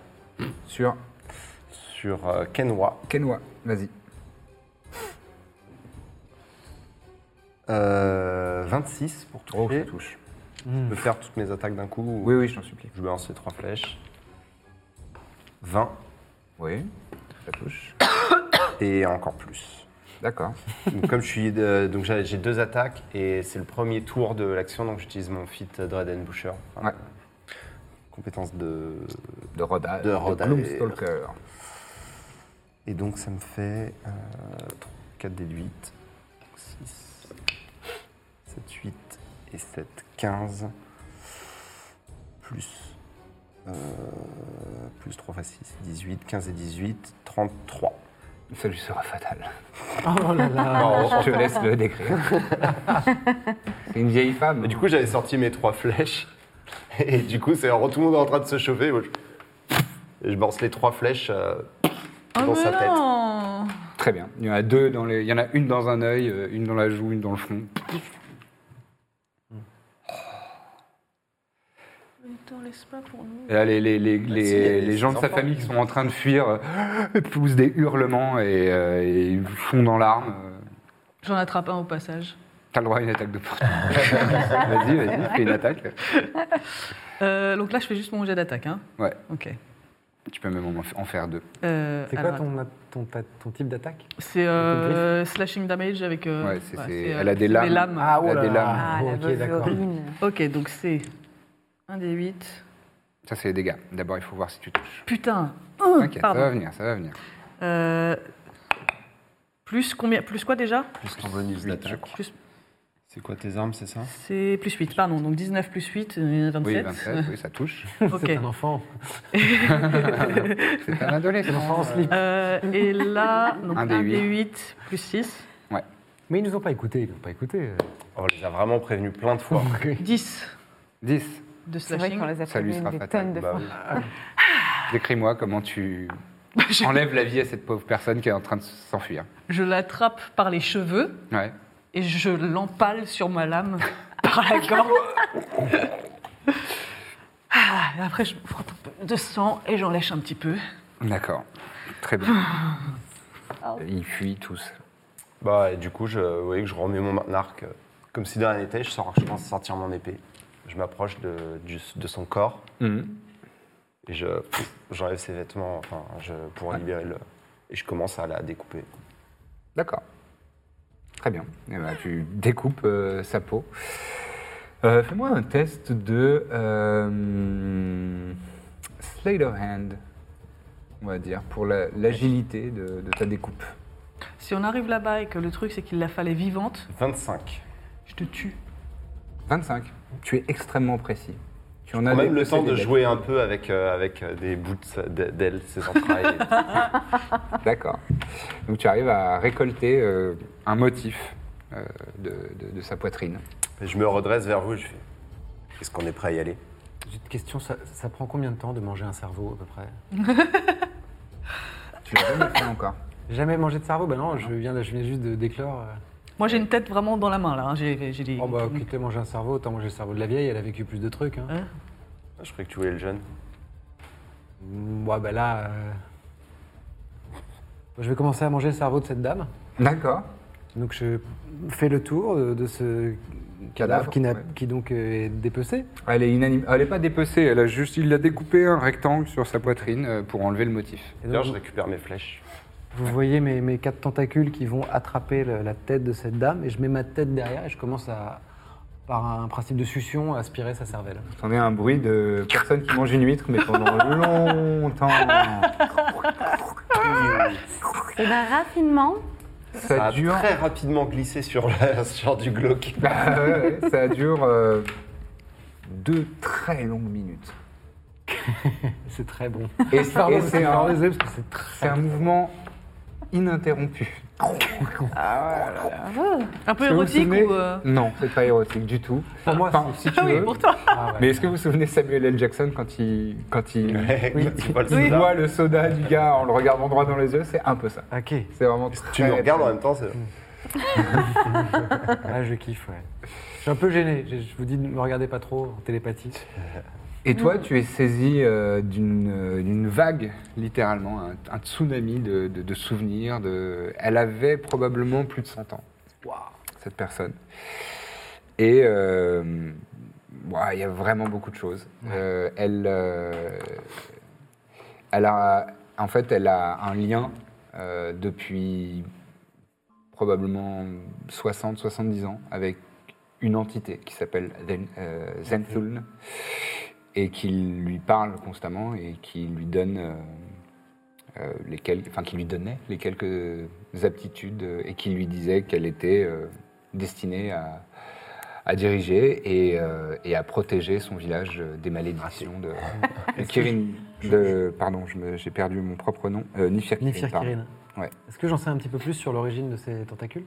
S1: Sur
S2: Sur euh, Kenwa.
S1: Kenwa, vas-y.
S2: Euh, 26 pour toucher.
S1: Oh, ça touche.
S2: Je peux faire toutes mes attaques d'un coup ou-
S1: Oui, oui, je t'en supplie.
S2: Je balance les trois flèches. 20
S1: Oui, ça touche.
S2: et encore plus.
S1: D'accord.
S2: Donc, comme je suis de- donc j'ai j'ai deux attaques et c'est le premier tour de l'action donc j'utilise mon fit Dread and Busher. Enfin,
S1: Ouais.
S2: euh, Compétence de
S1: De Roda.
S2: De Roda-
S1: Gloomstalker.
S2: et donc ça me fait euh, 4 déduites 6 7 8 et 7 15 plus euh, plus 3 fois 6 18 15 et 18 33.
S1: Ça lui sera fatal.
S3: Oh là là.
S1: je te laisse le décrire. C'est une vieille femme.
S2: Et du coup, j'avais sorti mes trois flèches. Et du coup, c'est alors, tout le monde est en train de se chauffer. Moi, je... Et je lance les trois flèches euh, dans sa tête.
S4: Oh Ah, non
S1: Très bien. Il y en a deux dans les. Il y en a une dans un œil, euh, une dans la joue, une dans le front.
S4: Attends, laisse pas pour nous.
S1: Et là, les, les, les, les-
S2: Bah, si, il y a des-
S1: les gens de
S2: des
S1: sa
S2: enfants.
S1: famille qui sont en train de fuir euh, poussent des hurlements et, euh, et ils fondent dans l'arme. Euh,
S4: J'en attrape un au passage.
S1: T'as le droit à une attaque de porte. vas-y, vas-y, fais une attaque.
S4: Euh, donc là, je fais juste mon jet d'attaque. Hein.
S1: Ouais,
S4: Ok.
S1: tu peux même en f- en faire deux.
S4: Euh,
S3: C'est quoi
S4: alors,
S3: ton, ton, ta- ton type d'attaque
S4: C'est euh, slashing damage avec. euh,
S1: Ouais, c'est-
S4: ouais,
S1: c'est-
S4: c'est, euh,
S1: elle a des
S4: c'est
S1: lames.
S3: Ah, oh
S1: Elle a
S3: là
S1: des
S3: là.
S1: lames.
S5: Ah,
S3: bon,
S5: la
S3: ok, d'accord.
S5: Wolverine.
S4: Ok, donc c'est 1 des 8.
S1: Ça, c'est les dégâts. D'abord, il faut voir si tu touches.
S4: Putain
S1: T'inquiète, ça
S4: pardon.
S1: va venir, ça va venir.
S4: Euh, Plus combien Plus quoi déjà
S2: Plus ton
S1: Huit,
S2: bonus
S1: je
S2: d'attaque.
S1: crois.
S4: Plus-
S2: C'est quoi tes armes, c'est ça
S4: C'est plus 8, pardon. Donc 19 plus 8, euh, 27.
S1: Oui, 27, oui, ça touche.
S4: Ok.
S3: C'est un enfant.
S1: C'est un adolescent.
S3: Enfant en slip.
S4: Euh, et là, donc
S1: Un
S4: 1
S1: des
S4: des
S1: huit.
S4: 8 plus 6,
S3: Mais ils nous ont pas écoutés, ils nous ont pas écoutés. Euh,
S2: On les a Oh, vraiment prévenus plein de fois.
S4: 10
S1: 10.
S4: de
S5: C'est vrai
S4: slashing.
S5: qu'on les a
S1: Ça lui
S5: prévenus
S1: sera
S5: des
S1: fatal,
S5: tonnes de
S2: Bah
S5: fois. Ah.
S2: oui.
S1: Décris-moi comment tu
S5: Bah,
S4: Je-
S1: enlèves la vie à cette pauvre personne qui est en train de s'enfuir.
S4: Je l'attrape par les cheveux
S1: Ouais.
S4: et je l'empale sur ma lame par la gorge. Ah, et après, je frotte un peu de sang et j'en lèche un petit peu.
S1: D'accord. Très bien.
S5: Ah.
S1: Ils fuient tous.
S2: Bah, et du coup, je, vous voyez que je remets mon arc euh, comme si de rien n'était. Je, sors- je commence à sortir mon épée. Je m'approche de, du- de son corps et je j'enlève ses vêtements enfin, je, pour libérer le. Et je commence à la découper.
S1: D'accord. Très bien. Eh ben, tu découpes euh, sa peau. Euh, Fais-moi un test de euh, Slater Hand, on va dire, pour la- l'agilité de, de ta découpe.
S4: Si on arrive là-bas et que le truc c'est qu'il la fallait vivante,
S2: 25.
S4: je te tue.
S1: 25. Tu es extrêmement précis. Tu en as
S2: même
S1: des-
S2: le temps de
S1: des-
S2: jouer un peu avec, euh, avec euh, des bouts de- de- d'ailes, ses entrailles. et tout.
S1: D'accord. Donc tu arrives à récolter euh, un motif euh, de, de- de sa poitrine.
S2: Et je me redresse vers vous et je fais Est-ce qu'on est prêt à y aller
S3: J'ai une question, ça, ça prend combien de temps de manger un cerveau à peu près
S1: Tu l'as jamais fait encore.
S3: Jamais mangé de cerveau Ben non, je viens, de- je viens juste de d'éclore. euh.
S4: Moi j'ai une tête vraiment dans la main là, hein. j'ai j'ai des.
S3: Oh bah, quitte à manger un cerveau, autant manger le cerveau de la vieille, elle a vécu plus de trucs. Hein.
S4: Hein
S2: Je croyais que tu voulais le jeune.
S3: Mm, Ouais, bah là. euh, Je vais commencer à manger le cerveau de cette dame.
S1: D'accord.
S3: Donc je fais le tour de, de ce cadavre qui, n'a-
S1: ouais.
S3: qui donc euh, est dépecé.
S1: Elle est inanimée. Elle n'est pas dépecée. Elle a juste, il a découpé un rectangle sur sa poitrine euh, pour enlever le motif.
S3: Et
S2: D'ailleurs,
S3: donc,
S2: je récupère mes flèches.
S3: vous voyez mes, mes quatre tentacules qui vont attraper le- la tête de cette dame et je mets ma tête derrière et je commence à, par un principe de succion, à aspirer sa cervelle.
S1: J'en ai un bruit de personne qui mange une huître, mais pendant longtemps.
S5: Et ben rapidement,
S2: Ça
S1: Ça
S2: a
S1: dure.
S2: Ah, très rapidement glissé sur le genre du glauque.
S1: Bah, ouais, ouais, ça dure euh, deux très longues minutes.
S3: C'est très bon.
S1: Et,
S3: Je parle
S1: et
S3: de-
S1: c'est
S3: je parle
S1: un,
S3: des ailes parce que c'est très
S1: c'est un mouvement ininterrompue.
S4: Un
S1: Est-ce que vous vous
S4: peu érotique
S1: souvenez-
S4: ou. euh,
S1: Non, c'est pas érotique du tout.
S3: Pour moi,
S1: Enfin, si tu
S4: Ah oui,
S1: veux.
S4: pour toi.
S3: Ah ouais.
S1: Mais est-ce que vous vous souvenez de Samuel L. Jackson quand il, quand il,
S2: Oui, tu vois le
S1: il
S2: soda.
S1: boit le soda du gars en le regardant droit dans les yeux C'est un peu ça.
S3: Ok,
S1: C'est vraiment
S2: Tu
S1: très-
S2: me regardes en même temps, c'est.
S3: Mm. là je kiffe, ouais. Je suis un peu gêné, je, je vous dis ne me regardez pas trop en télépathie.
S1: Et toi, tu es saisi euh, d'une euh, d'une vague, littéralement, un, un tsunami de, de- de souvenirs. De... Elle avait probablement plus de 100 ans, cette personne. Et euh, ouah, il y a vraiment beaucoup de choses. Euh, elle, euh, elle a, en fait, elle a un lien euh, depuis probablement 60-70 ans avec une entité qui s'appelle Zen- euh, Zenthuln et qui lui parle constamment et qui lui donne euh, euh, les quelques, enfin qui lui donnait les quelques aptitudes euh, et qui lui disait qu'elle était euh, destinée à, à diriger et, euh, et à protéger son village euh, des malédictions de Kirin. De, pardon, je me- j'ai perdu mon propre nom. Euh, Nifir Kirin.
S3: Nifir
S1: pardon.
S3: Kirin.
S1: Ouais.
S3: Est-ce que j'en sais un petit peu plus sur l'origine de ces tentacules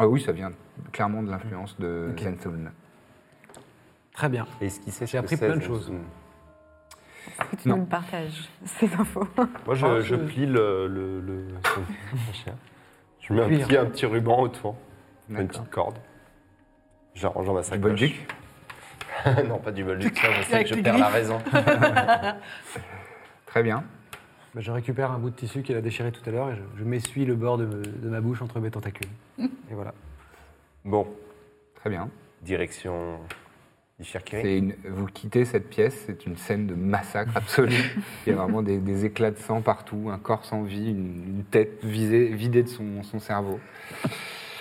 S1: Ah oui, ça vient clairement de l'influence de
S3: Ok.
S1: Zenthuln.
S3: Très bien.
S2: Et ce qui sait,
S3: J'ai appris plein de choses.
S2: Mm.
S5: Est-ce que tu nous partages ces infos
S2: Moi, je,
S3: Ah,
S2: je
S3: je-
S2: plie le. le, le- son- chien. je mets un
S3: Cuir.
S2: petit, un petit ruban autour, une
S1: D'accord.
S2: petite corde. Je la range dans ma
S1: Du
S2: sacoche.
S1: Bolduc
S2: Non, pas du bolduc, ça, je sais
S4: Avec
S2: que je
S4: tes
S2: perds la raison.
S1: Très bien.
S3: Bah, je récupère un bout de tissu qu'elle a déchiré tout à l'heure et je, je m'essuie le bord de, me- de ma bouche entre mes tentacules. Et voilà.
S2: Bon,
S1: Très bien.
S2: direction. Ifirkiri.
S1: C'est une- vous quittez cette pièce, c'est une scène de massacre absolu. Il y a vraiment des, des éclats de sang partout, un corps sans vie, une, une tête visée, vidée de son, son cerveau.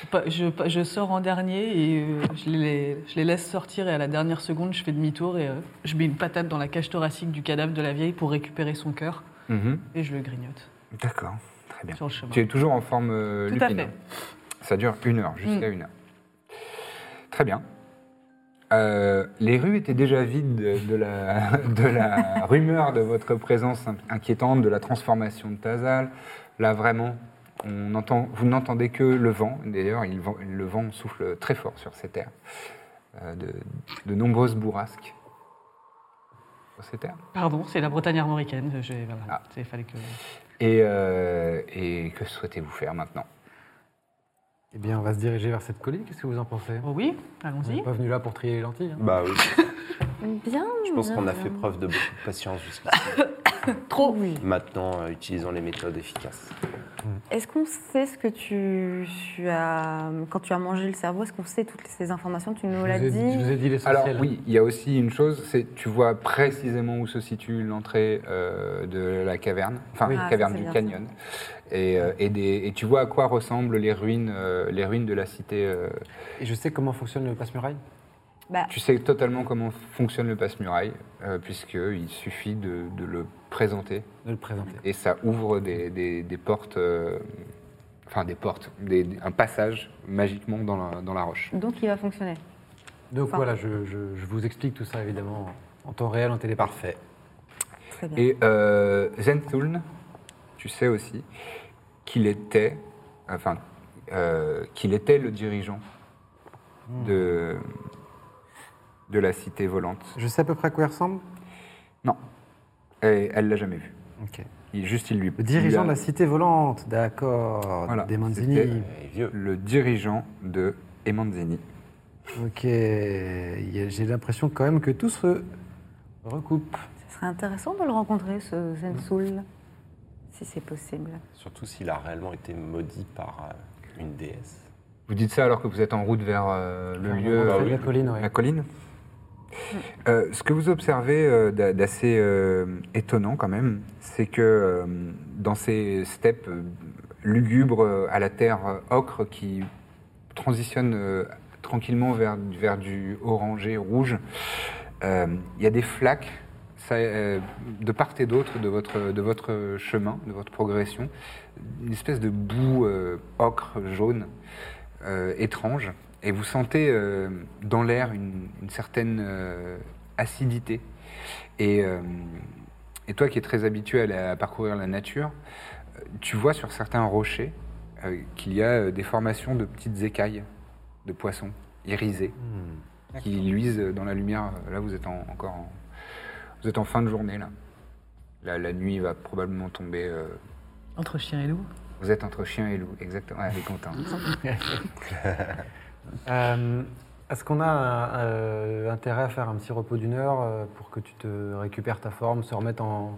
S4: Pas- Je, pas- je sors en dernier et euh, je, les, je les laisse sortir et à la dernière seconde, je fais demi-tour et euh, je mets une patate dans la cage thoracique du cadavre de la vieille pour récupérer son cœur
S1: Mhm.
S4: et je le grignote
S1: D'accord, très bien.
S4: sur le chemin.
S1: Tu es toujours en forme euh,
S4: Tout à
S1: lupine.
S4: fait. Mm.
S1: Ça dure une heure, jusqu'à une heure. Très bien. Euh, les rues étaient déjà vides de, de la, de la rumeur de votre présence in- inquiétante, de la transformation de Tazal. Là, vraiment, on entend, vous n'entendez que le vent. D'ailleurs, il vent- le vent souffle très fort sur ces terres. Euh, de, de nombreuses bourrasques sur ces terres.
S4: Pardon, c'est la Bretagne armoricaine. j'ai- voilà,
S1: Ah.
S4: c'est- fallait que...
S1: Et, euh, et que souhaitez-vous faire maintenant
S3: Eh bien, on va se diriger vers cette colline, qu'est-ce que vous en pensez
S4: Oh oui,
S3: On n'est
S1: bah.
S4: allons-y.
S3: pas venu là pour trier les lentilles. hein.
S2: Bah oui,
S5: Bien.
S2: je pense
S5: bien,
S2: qu'on a
S5: bien.
S2: fait preuve de beaucoup de patience jusqu'ici.
S5: Trop. Oui.
S2: Maintenant, euh, utilisons les méthodes efficaces.
S5: Est-ce qu'on sait ce que tu, tu as. Quand tu as mangé le cerveau, est-ce qu'on sait toutes ces informations Tu nous l'as
S3: je, vous ai, je vous
S5: dit.
S3: ai dit l'essentiel.
S1: Alors oui, il y a aussi une chose, c'est tu vois précisément où se situe l'entrée euh, de la caverne, enfin
S5: Oui.
S1: la
S5: Ah,
S1: caverne
S5: ça, c'est
S1: du
S5: bien
S1: canyon, et, euh, et des- et tu vois à quoi ressemblent les ruines, euh, les ruines de la cité. euh.
S3: Et je sais comment fonctionne le passe-muraille
S5: Bah,
S1: Tu sais totalement comment fonctionne le passe-muraille, euh, puisqu'il suffit de, de le présenter
S3: de le présenter.
S1: et ça ouvre des, des- des portes, euh, enfin des portes, des- des- un passage magiquement dans la, dans la roche.
S5: donc il va fonctionner.
S3: Donc
S5: Enfin.
S3: voilà, je, je- je vous explique tout ça évidemment en temps réel, en télépathie.
S2: Parfait.
S5: Très bien.
S1: Et euh, Zenthuln, tu sais aussi qu'il était, enfin, euh, qu'il était le dirigeant
S3: Hmm.
S1: de, de la cité volante.
S3: Je sais à peu près à quoi il ressemble
S1: Non, et elle l'a jamais vu.
S3: Ok.
S1: Il, juste, il lui.
S3: Le dirigeant
S1: il
S3: de
S1: a-
S3: la cité volante, d'accord.
S1: Voilà,
S3: Des
S1: c'était-
S3: Manzini.
S2: Et vieux.
S1: Le dirigeant de Emanzini.
S3: Ok. Il y a- J'ai l'impression quand même que tout se recoupe.
S5: Ce serait intéressant de le rencontrer, ce Zensoul, si c'est possible.
S2: Surtout s'il a réellement été maudit par euh, une déesse.
S1: Vous dites ça alors que vous êtes en route vers euh, le lieu.
S3: Bah oui. La colline, ouais.
S1: La colline. Euh, ce que vous observez euh, d'a- d'assez euh, étonnant quand même, c'est que euh, dans ces steppes euh, lugubres euh, à la terre euh, ocre qui transitionnent euh, tranquillement vers, vers du orangé rouge, euh, il y a des flaques ça, euh, de part et d'autre de votre, de votre chemin, de votre progression, une espèce de boue euh, ocre jaune euh, étrange. Et vous sentez euh, dans l'air une, une certaine euh, acidité. Et, euh, et toi qui es très habitué à, la- à parcourir la nature, tu vois sur certains rochers euh, qu'il y a euh, des formations de petites écailles de poissons irisées qui luisent dans la lumière. Là, vous êtes en- encore en, vous êtes en fin de journée là. Là, la nuit va probablement tomber. euh,
S4: Entre chien et loup.
S1: vous êtes entre chien et loup, exactement. Ouais, elle est contente.
S4: Ah.
S3: Euh, Est-ce qu'on a euh, intérêt à faire un petit repos d'une heure euh, pour que tu te récupères ta forme, se remettre en,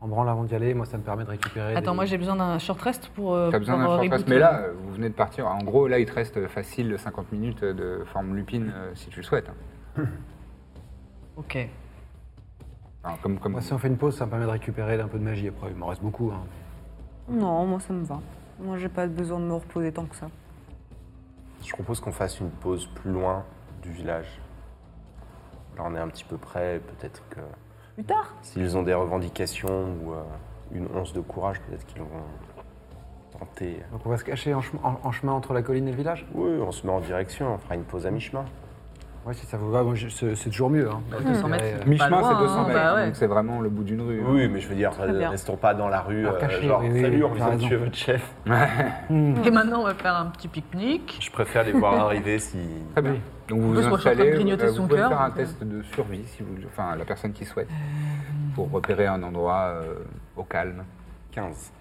S3: en branle avant d'y aller Moi, ça me permet de récupérer.
S4: Attends,
S3: des-
S4: moi j'ai besoin d'un short rest pour. euh,
S1: T'as
S4: pour
S1: besoin d'un
S4: avoir
S1: short rest,
S4: rebooté.
S1: mais là, euh, vous venez de partir. En gros, là, il te reste euh, facile 50 minutes euh, de forme lupine euh, si tu le souhaites. hein. euh,
S4: Ok.
S1: Enfin, comme, comme...
S3: Moi, si on fait une pause, ça me permet de récupérer un peu de magie. Après, il m'en reste beaucoup. hein.
S8: Non, moi ça me va. Moi j'ai pas besoin de me reposer tant que ça.
S2: Je propose qu'on fasse une pause plus loin du village. Là, on est un petit peu près, peut-être que
S8: Plus tard
S2: s'ils ont des revendications ou euh, une once de courage, peut-être qu'ils vont tenter.
S3: Donc, on va se cacher en, chem- en- en chemin entre la colline et le village
S2: Oui, on se met en direction, on fera une pause à mi-chemin.
S3: Oui, si ça vous va, moi, je- c'est c'est toujours mieux. hein. Bah,
S4: 200
S3: je dirais,
S4: mètres.
S3: euh,
S1: Mi-chemin,
S4: Pas
S1: c'est
S4: loin,
S1: 200
S4: hein,
S1: mètres,
S4: bah ouais.
S1: donc c'est vraiment le bout d'une rue. hein.
S2: Oui, mais je veux dire,
S4: Très bien.
S2: restons pas dans la rue,
S3: Alors,
S2: euh,
S3: caché,
S2: genre,
S3: oui, oui,
S2: salut, on
S3: t'as
S2: vient de
S3: raison.
S2: tuer votre chef.
S1: Mm.
S4: Et maintenant, on va faire un petit pique-nique.
S2: Je préfère les voir arriver si.
S1: Très bien. Donc vous vous
S4: Moi, je suis en train de
S1: installez,
S4: grignoter
S1: euh,
S4: son
S1: vous pouvez
S4: cœur,
S1: faire un
S4: donc,
S1: test de survie, si vous, enfin la personne qui souhaite,
S4: Euh,
S1: pour repérer un endroit euh, au calme,
S2: 15.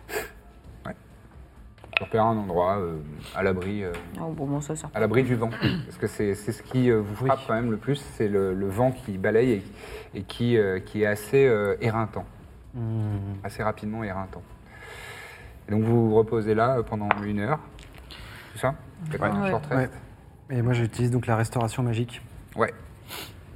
S1: pour repérer un endroit euh, à l'abri, euh,
S5: Ah,
S8: Oh, bon, bon, ça sert.
S3: Ah,
S1: à l'abri du vent, parce que c'est c'est ce qui euh, vous frappe quand même le plus, c'est le, le vent qui balaye et, et qui, euh, qui est assez euh, éreintant,
S4: Hmm.
S1: assez rapidement éreintant. Et donc vous vous reposez là euh, pendant une heure, c'est ça Faites un
S8: Ouais.
S1: short rest
S3: Et moi, j'utilise donc la restauration magique.
S1: Ouais.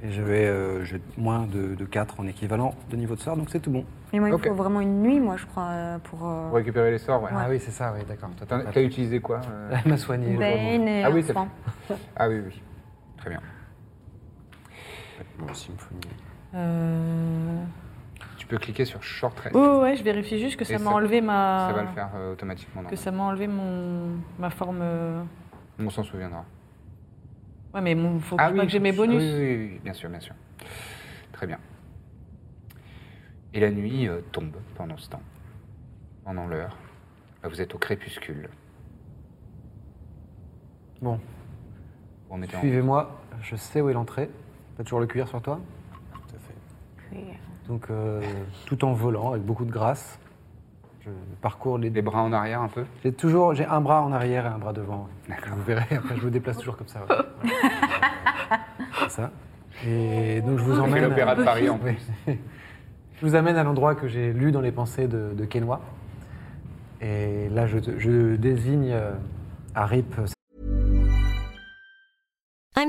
S3: Et je vais, euh, j'ai moins de, 4 en équivalent de niveau de sort, donc c'est tout bon.
S8: Mais moi il me
S1: Ok.
S8: faut vraiment une nuit, moi je crois, euh, pour. euh,
S1: Pour récupérer les sorts, ouais.
S3: Ah oui, c'est ça, oui, d'accord. Toi,
S1: T'en-
S3: t'as-
S1: T'as utilisé quoi euh
S3: Elle m'a
S5: Ben,
S3: soigné.
S8: Bane et
S1: Ah oui,
S8: Arpent.
S1: Ah oui, oui. Très bien.
S2: Moi aussi, il me faut une-
S4: Euh...
S1: Tu peux cliquer sur Short Rest.
S4: Oh ouais, je vérifie juste que ça
S1: Et
S4: m'a
S1: ça-
S4: enlevé ma.
S1: Ça va le faire euh, automatiquement.
S4: Que
S1: normalement.
S4: ça m'a enlevé mon ma forme. euh,
S1: On s'en souviendra.
S4: Ouais, mais mon... faut que, je vois que j'ai mes
S1: Ah oui,
S4: bonus.
S1: Oui, oui, oui, bien sûr, bien sûr. Très bien. Et la nuit euh, tombe pendant ce temps. Pendant l'heure. Là, vous êtes au crépuscule.
S3: Bon,
S1: Vous remettez en-
S3: suivez-moi, je sais où est l'entrée. T'as toujours le cuir sur toi Tout à fait. Donc, euh, tout en volant, avec beaucoup de grâce, je parcours les...
S1: Les bras en arrière un peu.
S3: J'ai toujours j'ai un bras en arrière et un bras devant. Vous verrez, après, je me déplace toujours comme ça. ouais. Voilà. ça. Et donc, je vous
S1: On fait
S3: emmène...
S1: l'opéra de Paris en
S3: Oui. je vous amène à l'endroit que j'ai lu dans les pensées de, de Kenwa. Et là, je, je désigne euh, Arip,
S9: I'm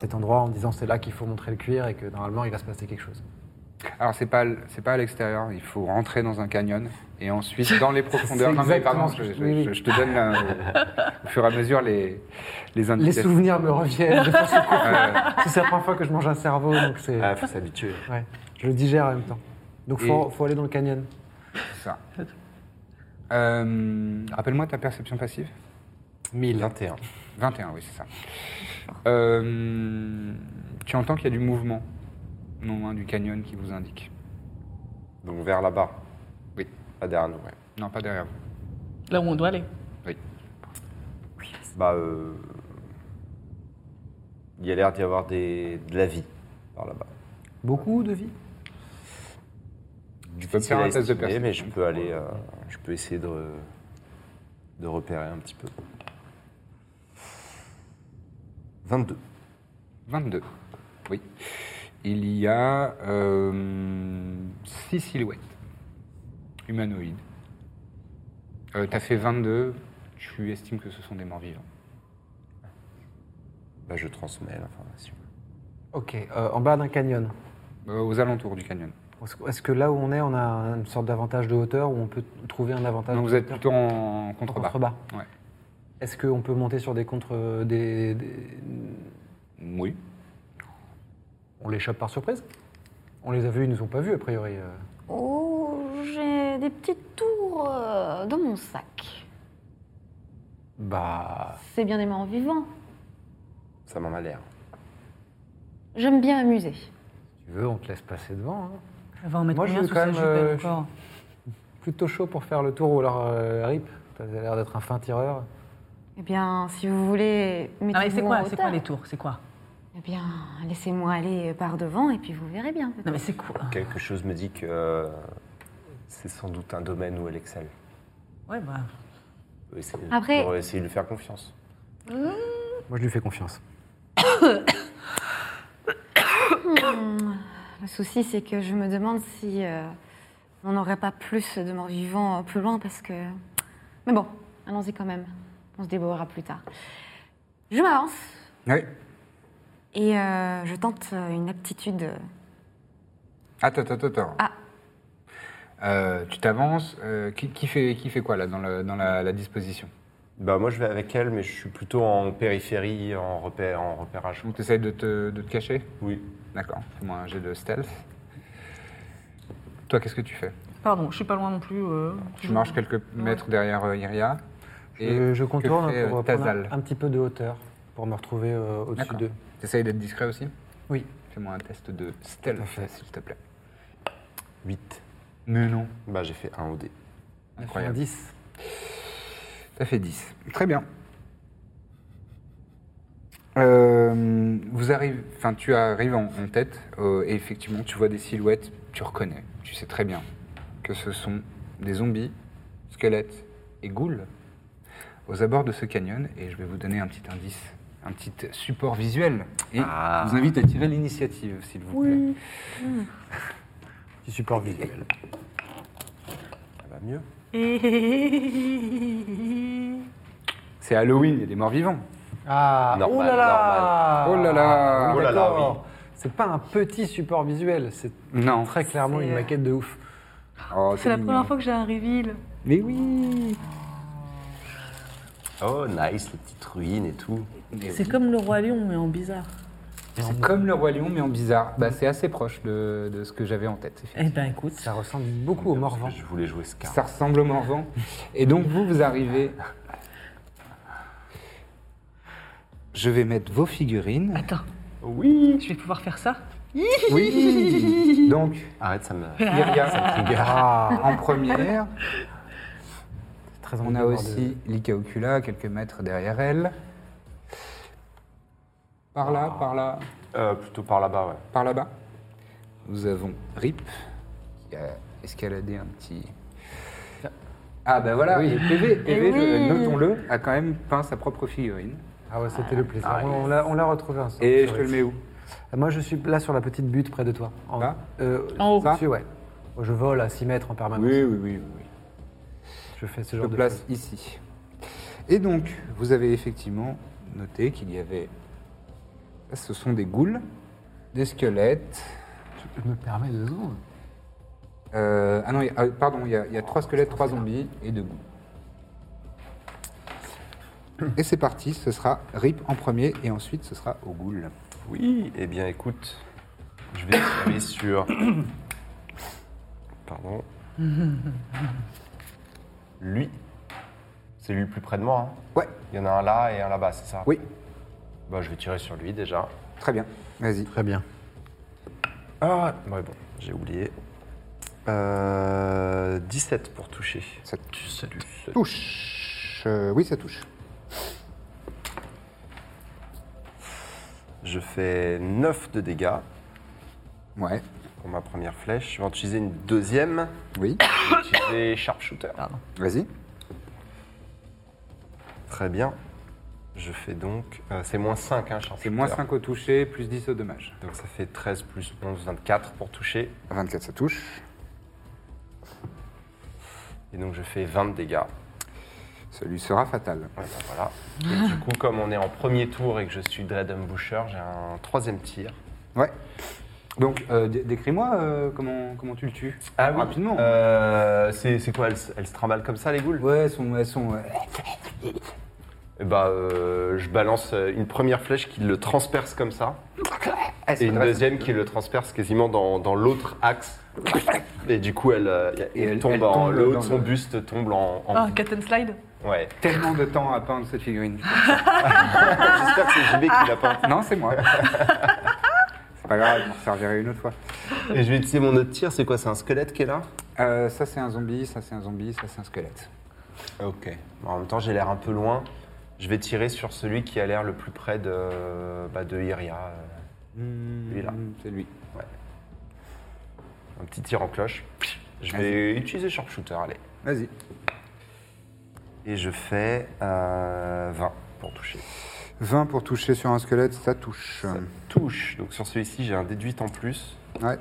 S3: cet endroit en me disant c'est là qu'il faut montrer le cuir et que normalement il va se passer quelque chose.
S1: Alors, c'est pas, l- c'est pas à l'extérieur. Il faut rentrer dans un canyon. Et ensuite, dans les profondeurs.
S3: C'est
S1: Non, mais
S3: exactement
S1: pardon,
S3: ce que
S1: je,
S3: je-
S1: je-
S3: oui,
S1: je-
S3: oui.
S1: je te donne la- au fur et à mesure les, les
S3: Les
S1: indications.
S3: souvenirs me reviennent. de façon courte.
S1: Euh,
S3: c'est la première fois que je mange un cerveau, donc c'est.
S2: Ah, faut s'habituer.
S3: ouais, je le digère en même temps. Donc faut,
S1: Et-
S3: faut aller dans le canyon.
S1: Ça. Euh, Rappelle-moi ta perception passive.
S2: 21.
S1: 21, oui, c'est ça. Euh, tu entends qu'il y a du mouvement, non loin du canyon qui vous indique.
S2: Donc vers là-bas.
S1: Oui.
S2: Pas derrière nous, ouais.
S1: Non, pas derrière vous.
S4: Là où on doit aller.
S1: Oui.
S2: Bah, euh, il y a l'air d'y avoir des... de la vie par là-bas.
S3: Beaucoup de vie.
S2: Du
S1: peux me faire un test de perception.
S2: mais je peux aller, euh, je peux essayer de, de repérer un petit peu. 22.
S1: 22. Oui. Il y a 6 silhouettes humanoïdes. Euh, T'as fait 22, tu estimes que ce sont des morts vivants.
S2: Bah, je transmets l'information.
S3: Ok, euh, en bas d'un canyon.
S1: Euh, aux alentours du canyon.
S3: Est-ce que- Est-ce que là où on est, on a une sorte d'avantage de hauteur où on peut trouver un avantage
S1: Donc
S3: de
S1: vous êtes
S3: hauteur
S1: plutôt en contrebas.
S3: Contrebas.
S1: Ouais.
S3: Est-ce qu'on peut monter sur des contre. Des, des-
S1: Oui.
S3: On les chope par surprise On les a vus, ils nous ont pas vus a priori. euh.
S5: Oh, j'ai des petites tours euh, dans mon sac.
S3: Bah.
S5: C'est bien des morts vivants.
S2: Ça m'en a l'air.
S5: J'aime bien amuser.
S3: Si tu veux, on te laisse passer devant. hein.
S4: Elle va en mettre
S3: Moi, je
S4: combien
S3: vais
S4: sous
S3: quand
S4: sa
S3: même,
S4: jupe,
S3: euh,
S4: elle, encore
S3: Plutôt chaud pour faire le tour ou alors euh, rip. T'as l'air d'être un fin tireur.
S5: Eh bien, si vous voulez, mettez-vous
S4: Non, mais c'est
S5: en
S4: quoi, c'est quoi
S5: hauteur.
S4: les tours C'est quoi
S5: Eh bien, laissez-moi aller par devant et puis vous verrez bien.
S4: Non, mais c'est quoi
S2: Quelque chose me dit que euh, c'est sans doute un domaine où elle excelle.
S4: Ouais, bah.
S2: On va essayer-
S5: Après-
S2: On va essayer de lui faire confiance.
S3: Moi, je lui fais confiance.
S5: Le souci, c'est que je me demande si euh, on n'aurait pas plus de morts vivants euh, plus loin parce que. Mais bon, allons-y quand même. On se débrouillera plus tard. Je m'avance
S1: Oui.
S5: et euh, je tente euh, une aptitude. euh,
S1: Attends, attends, attends.
S5: Ah.
S1: Euh, tu t'avances. euh, qui, qui fait, qui fait quoi là dans, le- dans la, la disposition
S2: Bah moi je vais avec elle, mais je suis plutôt en périphérie, en repère, en repérage.
S1: Donc tu essayes de te, de te cacher
S2: Oui.
S1: D'accord. Fais-moi un jet de stealth. Toi, qu'est-ce que tu fais
S4: Pardon, je suis pas loin non plus. euh,
S1: Tu marches quelques mètres derrière euh, Iria.
S3: Je, je contourne
S1: que fait,
S3: pour
S1: euh,
S3: euh, prendre
S1: Tazal
S3: un, un petit peu de hauteur pour me retrouver euh, au-dessus
S1: D'accord.
S3: d'eux.
S1: T'essayes d'être discret aussi
S3: Oui.
S1: Fais-moi un test de
S3: Tout à
S1: stealth,
S3: fait.
S1: s'il te plaît.
S2: 8.
S1: Mais non.
S2: Bah j'ai fait un OD.
S1: Incroyable.
S3: 10.
S1: Ça fait 10. Très bien. Euh, vous arrivez, enfin tu arrives en, en tête euh, et effectivement tu vois des silhouettes, tu reconnais, tu sais très bien que ce sont des zombies, squelettes et ghouls aux abords de ce canyon et je vais vous donner un petit indice, un petit support visuel et je vous invite à tirer l'initiative s'il vous plaît.
S3: Petit support visuel.
S2: Ça va mieux.
S1: C'est Halloween, il y a des morts vivants.
S3: Ah,
S2: Normal,
S3: oh là là
S1: normal. Oh là là.
S3: Oui,
S2: Ah. Oh là là,
S3: d'accord. C'est pas un petit support visuel, c'est
S1: Non.
S3: très clairement une
S4: C'est- euh,
S3: maquette de ouf.
S1: Oh,
S4: C'est la
S1: mignon.
S4: première fois que j'ai un reveal.
S1: Mais oui.
S2: Oh nice, les petites ruines et tout.
S1: Mais
S4: C'est
S1: oui.
S4: comme le Roi Lion, mais en bizarre.
S1: C'est comme le roi lion, mais en bizarre. Bah, c'est assez proche de, de ce que j'avais en tête. effectivement.
S4: Eh ben, écoute.
S3: Ça ressemble beaucoup au Morvan.
S2: Je voulais jouer Scar.
S1: Ça ressemble au Morvan. Et donc vous, vous arrivez. Je vais mettre vos figurines.
S4: Attends,
S2: Oui
S4: je vais pouvoir faire ça
S1: Oui. Donc
S2: Arrête, ça me...
S1: Iria
S3: Ah,
S1: en première.
S3: c'est très
S1: On a aussi Lika Ocula quelques mètres derrière elle. Par là, par là,
S2: Euh, plutôt par là-bas, ouais.
S1: par là-bas. Nous avons Rip qui a escaladé un petit. Ah ben voilà, et PV, PV
S5: oui.
S1: je- notons-le, a quand même peint sa propre figurine.
S3: Ah ouais, c'était le plaisir. on l'a- on l'a retrouvé. un-
S1: Et je
S3: sur
S1: te le
S3: X.
S1: mets où
S3: Moi, je suis là sur la petite butte près de toi. En,
S1: Là
S3: euh,
S4: En haut.
S3: ça dessus, ouais. Je vole à 6 mètres en permanence.
S1: oui, oui. oui.
S3: Je fais ce
S1: Je
S3: genre
S1: le
S3: de
S1: place
S3: choses.
S1: ici. Et donc, vous avez effectivement noté qu'il y avait... Ça, Ce sont des ghouls, des squelettes...
S3: Je me permets de secondes.
S1: euh, Ah non, il y a- ah, pardon, il y, a, il y a trois squelettes, trois zombies et deux ghouls. Et c'est parti, ce sera Rip en premier et ensuite ce sera au ghoul.
S2: Oui, eh bien écoute, je vais tirer sur... Pardon. Lui. C'est lui le plus près de moi. hein.
S1: Ouais,
S2: Il y en a un là et un là-bas, c'est ça
S1: oui,
S2: Bah je vais tirer sur lui déjà.
S1: très bien, vas-y.
S3: Très bien.
S2: Ah, ouais, bon, j'ai oublié. Euh, 17 pour toucher.
S1: Ça
S2: 17.
S1: touche. Euh, oui, ça touche.
S2: Je fais 9 de dégâts
S1: Ouais,
S2: pour ma première flèche. Je vais en utiliser une deuxième.
S1: oui,
S2: Je vais utiliser Sharpshooter.
S1: vas-y.
S2: Très bien. Je fais donc. euh, c'est moins 5, hein, Sharpshooter.
S1: C'est moins 5 au toucher, plus 10 au dommage.
S2: Donc ça fait 13 plus 11, 24 pour toucher.
S1: 24, ça touche.
S2: Et donc je fais 20 de dégâts.
S1: Ça lui sera fatal.
S2: Ouais, bah, voilà. Et du coup, comme on est en premier tour et que je suis Dreadum Boucher, j'ai un troisième tir.
S1: Ouais. Donc, euh, dé- décris-moi euh, comment, comment tu le tues.
S2: Ah oui.
S1: Rapidement.
S2: Euh, c'est c'est quoi elles, se- elles se trimballent comme ça, les goules
S1: Ouais, elles sont. Elles sont euh,
S2: Eh Bah, euh, je balance euh, une première flèche qui le transperce comme ça,
S1: elles
S2: et une
S1: s'adressent-
S2: deuxième qui le transperce quasiment dans, dans l'autre axe. Et du coup, elle, euh,
S1: Et elle-
S2: tombe
S1: elle
S2: en,
S1: tombe
S2: le haut de
S1: dans
S2: son
S1: le-
S2: buste tombe en. en-
S4: Ah, cat and slide
S2: Ouais.
S1: Tellement de temps à peindre cette figurine.
S2: J'espère que c'est JB qui l'a peint.
S1: non, c'est moi. c'est pas grave, je servirai une autre fois.
S2: Et je vais utiliser mon autre tir, c'est quoi C'est un squelette qui est là
S1: Euh, ça, c'est un zombie, ça, c'est un zombie, ça, c'est un squelette.
S2: Ok. En même temps, j'ai l'air un peu loin. Je vais tirer sur celui qui a l'air le plus près de, bah, de Iria. euh, Lui, là.
S1: Hmm, C'est lui.
S2: Ouais. Un petit tir en cloche. Je vais utiliser sharpshooter, allez.
S1: Vas-y.
S2: Et je fais euh, 20 pour toucher.
S1: 20 pour toucher sur un squelette, ça touche.
S2: Ça touche. Donc sur celui-ci, j'ai un déduit en plus.
S1: Ouais.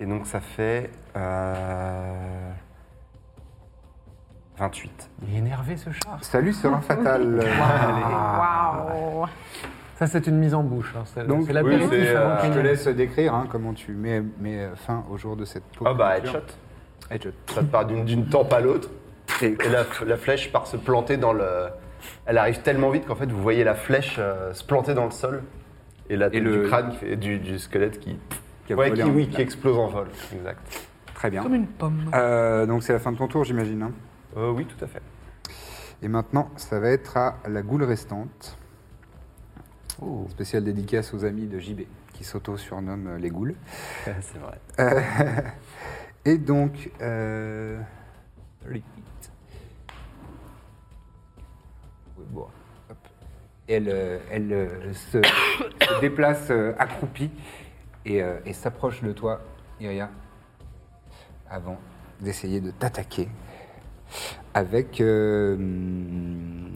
S2: Et donc ça fait euh, 28.
S3: Il est énervé ce char.
S1: Salut, serin fatal.
S2: Ah,
S1: Ah.
S8: Waouh
S3: Ça, c'est une mise en bouche. hein. C'est
S1: Donc,
S3: c'est la
S2: oui,
S3: pire
S2: c'est,
S3: qui fait
S2: euh,
S3: manquer
S1: Je te
S3: une-
S1: laisse décrire hein, comment tu mets, mets fin au jour de cette peau.
S2: Ah bah headshot.
S1: Headshot.
S2: Ça part d'une d'une tempe à l'autre.
S1: Et-
S2: Et la, la flèche part se planter dans le. Elle arrive tellement vite qu'en fait vous voyez la flèche euh, se planter dans le sol. Et la tête
S1: le-
S2: du crâne, qui fait- du, du squelette qui.
S1: Qui a
S2: Ouais,
S1: volé
S2: qui,
S1: en
S2: oui,
S1: éclats.
S2: qui explose en vol. Exact.
S1: Très bien.
S4: Comme une pomme.
S1: Euh, donc c'est la fin de ton tour, j'imagine. hein.
S2: Euh, oui, tout à fait.
S1: Et maintenant, ça va être à la goule restante. Spéciale dédicace aux amis de JB, qui s'auto-surnomment euh, les goules.
S2: C'est vrai.
S1: Euh, et donc, euh, 38. Oui, bon, hop. Elle, euh, elle euh, se, se déplace euh, accroupie et, euh, et s'approche de toi, Iria, avant d'essayer de t'attaquer avec, euh,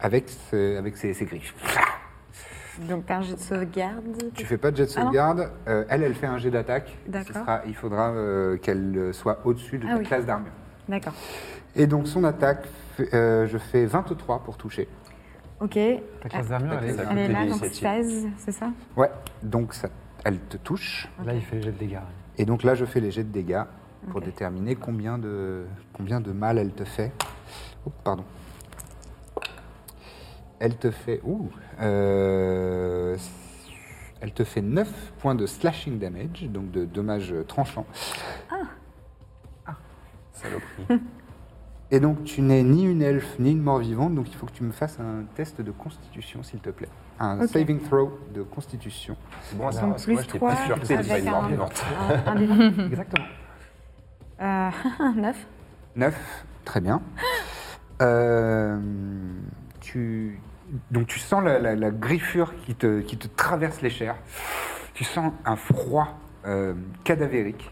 S1: avec, ce- avec ses- ses griffes.
S8: Donc un jet de sauvegarde.
S1: Tu fais pas de jet de
S8: Ah non.
S1: sauvegarde. Euh, elle, elle fait un jet d'attaque. Ce
S8: D'accord.
S1: sera- Il faudra euh, qu'elle euh, soit au-dessus de
S8: Ah
S1: ta
S8: oui.
S1: classe d'armure.
S8: D'accord.
S1: Et donc son attaque, fait- euh, je fais 23 pour toucher.
S8: Ok. Elle
S3: Ta classe d'armure, elle est-
S2: Ça coûte
S8: elle est
S2: des
S8: là, donc
S2: initiatives.
S8: 16, c'est ça
S1: Ouais, donc ça, elle te touche.
S3: Là, il fait les jets de dégâts.
S1: Et donc là, je fais les jets de dégâts pour
S8: Ok.
S1: déterminer combien de, combien de mal elle te fait. Oh, pardon. Elle te fait. Ouh euh, Elle te fait 9 points de slashing damage, donc de dommages tranchants.
S2: Saloperie.
S1: Et donc, tu n'es ni une elfe ni une mort-vivante, donc il faut que tu me fasses un test de constitution, s'il te plaît. Un
S8: Ok.
S1: saving throw de constitution.
S2: C'est bon, ça,
S8: Donc,
S2: parce que moi
S8: plus
S2: j'étais pas
S8: trois
S2: sûr que c'était
S8: avec
S2: une mort
S8: un-
S2: vivante.
S8: Un, un des vingt.
S1: Exactement.
S8: Euh, 9.
S1: 9, très bien. Euh, tu, donc, tu sens la, la- la griffure qui te, qui te traverse les chairs. Tu sens un froid euh, cadavérique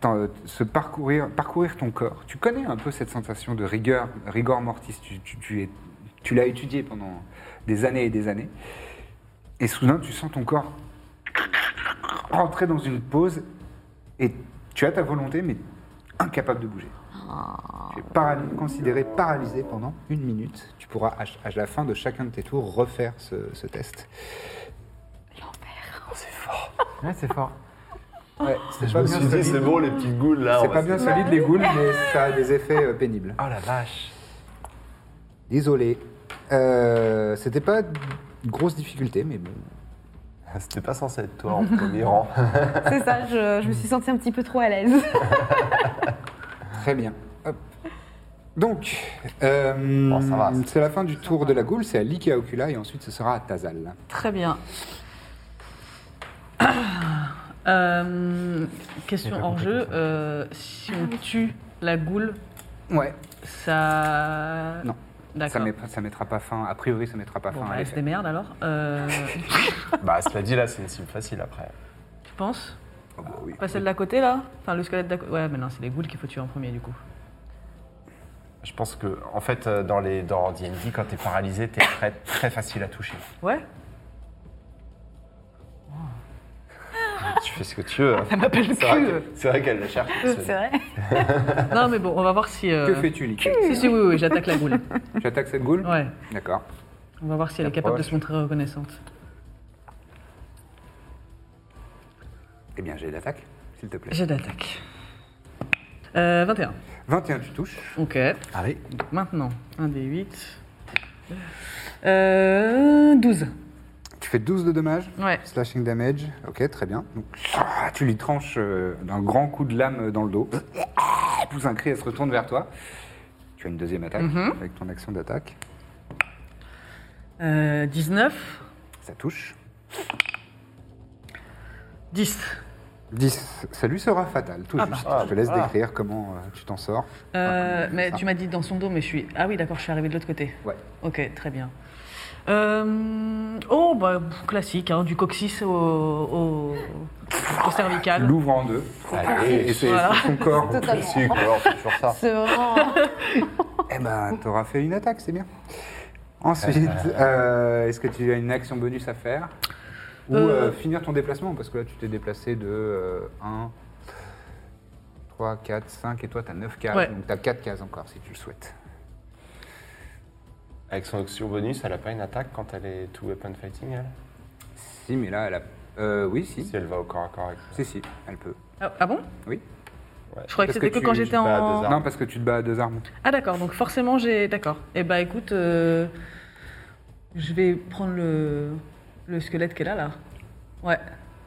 S1: t'en- euh, se parcourir, parcourir ton corps. Tu connais un peu cette sensation de rigueur, rigor mortis. Tu, tu- tu es- tu l'as étudié pendant des années et des années. Et soudain, tu sens ton corps rentrer dans une pause et tu as ta volonté, mais incapable de bouger. Tu es paraly- considéré paralysé pendant une minute. Tu pourras, à, ch- à la fin de chacun de tes tours, refaire ce, ce test.
S3: Ouais, c'est fort.
S1: Ouais, c'est
S2: Je me suis dit, c'est bon, les petites goules là.
S1: C'est
S2: on va
S1: pas
S2: se-
S1: bien solide les goules, mais ça a des effets euh, pénibles.
S3: Oh la vache.
S1: Désolé. Euh, C'était pas une grosse difficulté, mais bon.
S2: Ah, C'était pas censé être toi en premier rang.
S8: C'est ça, je, je me suis sentie un petit peu trop à l'aise.
S1: Très bien. Hop. Donc, euh,
S2: Bon, Oh, ça va.
S1: c'est la fin du tour de la goule, c'est à Lika Ocula et ensuite ce sera à Tazal.
S4: Très bien. Euh, question hors jeu. euh, si on tue la goule,
S1: Ouais,
S4: ça.
S1: Non. ça,
S4: D'accord.
S1: met, ça mettra pas fin, a priori ça mettra pas
S4: Bon,
S1: fin à
S4: bah, elle se
S1: l'effet.
S4: démerde alors. Euh,
S2: bah, cela dit, là, c'est une cible facile après.
S4: tu penses
S2: Ah
S1: Oh, bah oui.
S4: Pas celle d'à côté là Enfin, le squelette d'à côté. Ouais, mais non, c'est les goules qu'il faut tuer en premier du coup.
S2: Je pense que, en fait, euh, dans les dans D&D, quand t'es paralysé, t'es très, très facile à toucher.
S4: Ouais
S2: Tu fais ce que tu veux. hein.
S4: Elle m'appelle
S2: C'est vrai
S4: cul.
S2: que- C'est vrai qu'elle le cherche.
S8: c'est vrai.
S4: Non, mais bon, on va voir si. euh,
S1: Que fais-tu, Lika
S4: Si, si, oui, oui, j'attaque la goule.
S1: Tu attaques cette goule
S4: Ouais.
S1: D'accord.
S4: On va voir si elle est capable de se montrer reconnaissante.
S1: Eh bien, j'ai l'attaque, s'il te plaît.
S4: J'ai d'attaque. Euh, 21.
S1: 21, tu touches.
S4: Ok.
S1: Allez.
S4: Maintenant, un des 8. Euh, 12.
S1: Tu fais 12 de dommages.
S4: Ouais.
S1: Slashing damage. Ok, très bien. Donc, ah, tu lui tranches euh, d'un grand coup de lame dans le dos. Ah, Elle pousse un cri, elle se retourne vers toi. Tu as une deuxième attaque
S4: Mhm.
S1: avec ton action d'attaque.
S4: Euh, 19.
S1: Ça touche.
S4: 10.
S1: 10. Ça lui sera fatal, tout
S4: Ah
S1: juste.
S4: bah.
S1: je te laisse
S4: Ah.
S1: décrire comment euh, tu t'en sors.
S4: Euh, mais
S1: ça.
S4: tu m'as dit dans son dos, mais je suis. Ah oui, d'accord, je suis arrivé de l'autre côté.
S1: Ouais.
S4: Ok, très bien. Euh, Oh, bah, classique, hein, du coccyx au, au, au
S1: Tu
S4: cervical.
S1: l'ouvres en deux.
S2: Allez.
S1: Et c'est
S4: Voilà.
S1: c'est ton corps.
S2: Si, quoi, on fait toujours ça.
S5: C'est vraiment.
S8: euh,
S1: Eh ben, t'auras fait une attaque, c'est bien. Ensuite, euh, est-ce que tu as une action bonus à faire Ou
S4: Euh.
S1: euh, finir ton déplacement Parce que là, tu t'es déplacé de euh, 1, 3, 4, 5, et toi, t'as 9 cases.
S4: Ouais.
S1: Donc, t'as 4 cases encore, si tu le souhaites.
S2: Avec son action bonus, elle a pas une attaque quand elle est tout weapon fighting, elle
S1: Si, mais là, elle a... euh, oui, si.
S2: Si elle va au corps à corps avec.
S1: Si, si, elle peut.
S4: Ah, ah bon
S1: Oui.
S4: Je croyais que
S1: Parce
S4: c'était
S1: que
S4: que,
S1: tu-
S4: quand
S1: tu
S4: j'étais
S2: bats à
S4: en.
S2: deux armes.
S1: Non, parce que tu te bats à deux armes.
S4: Ah, d'accord, donc forcément, j'ai. D'accord. Eh bah, écoute, euh, je vais prendre le, le squelette qu'elle a là. Ouais,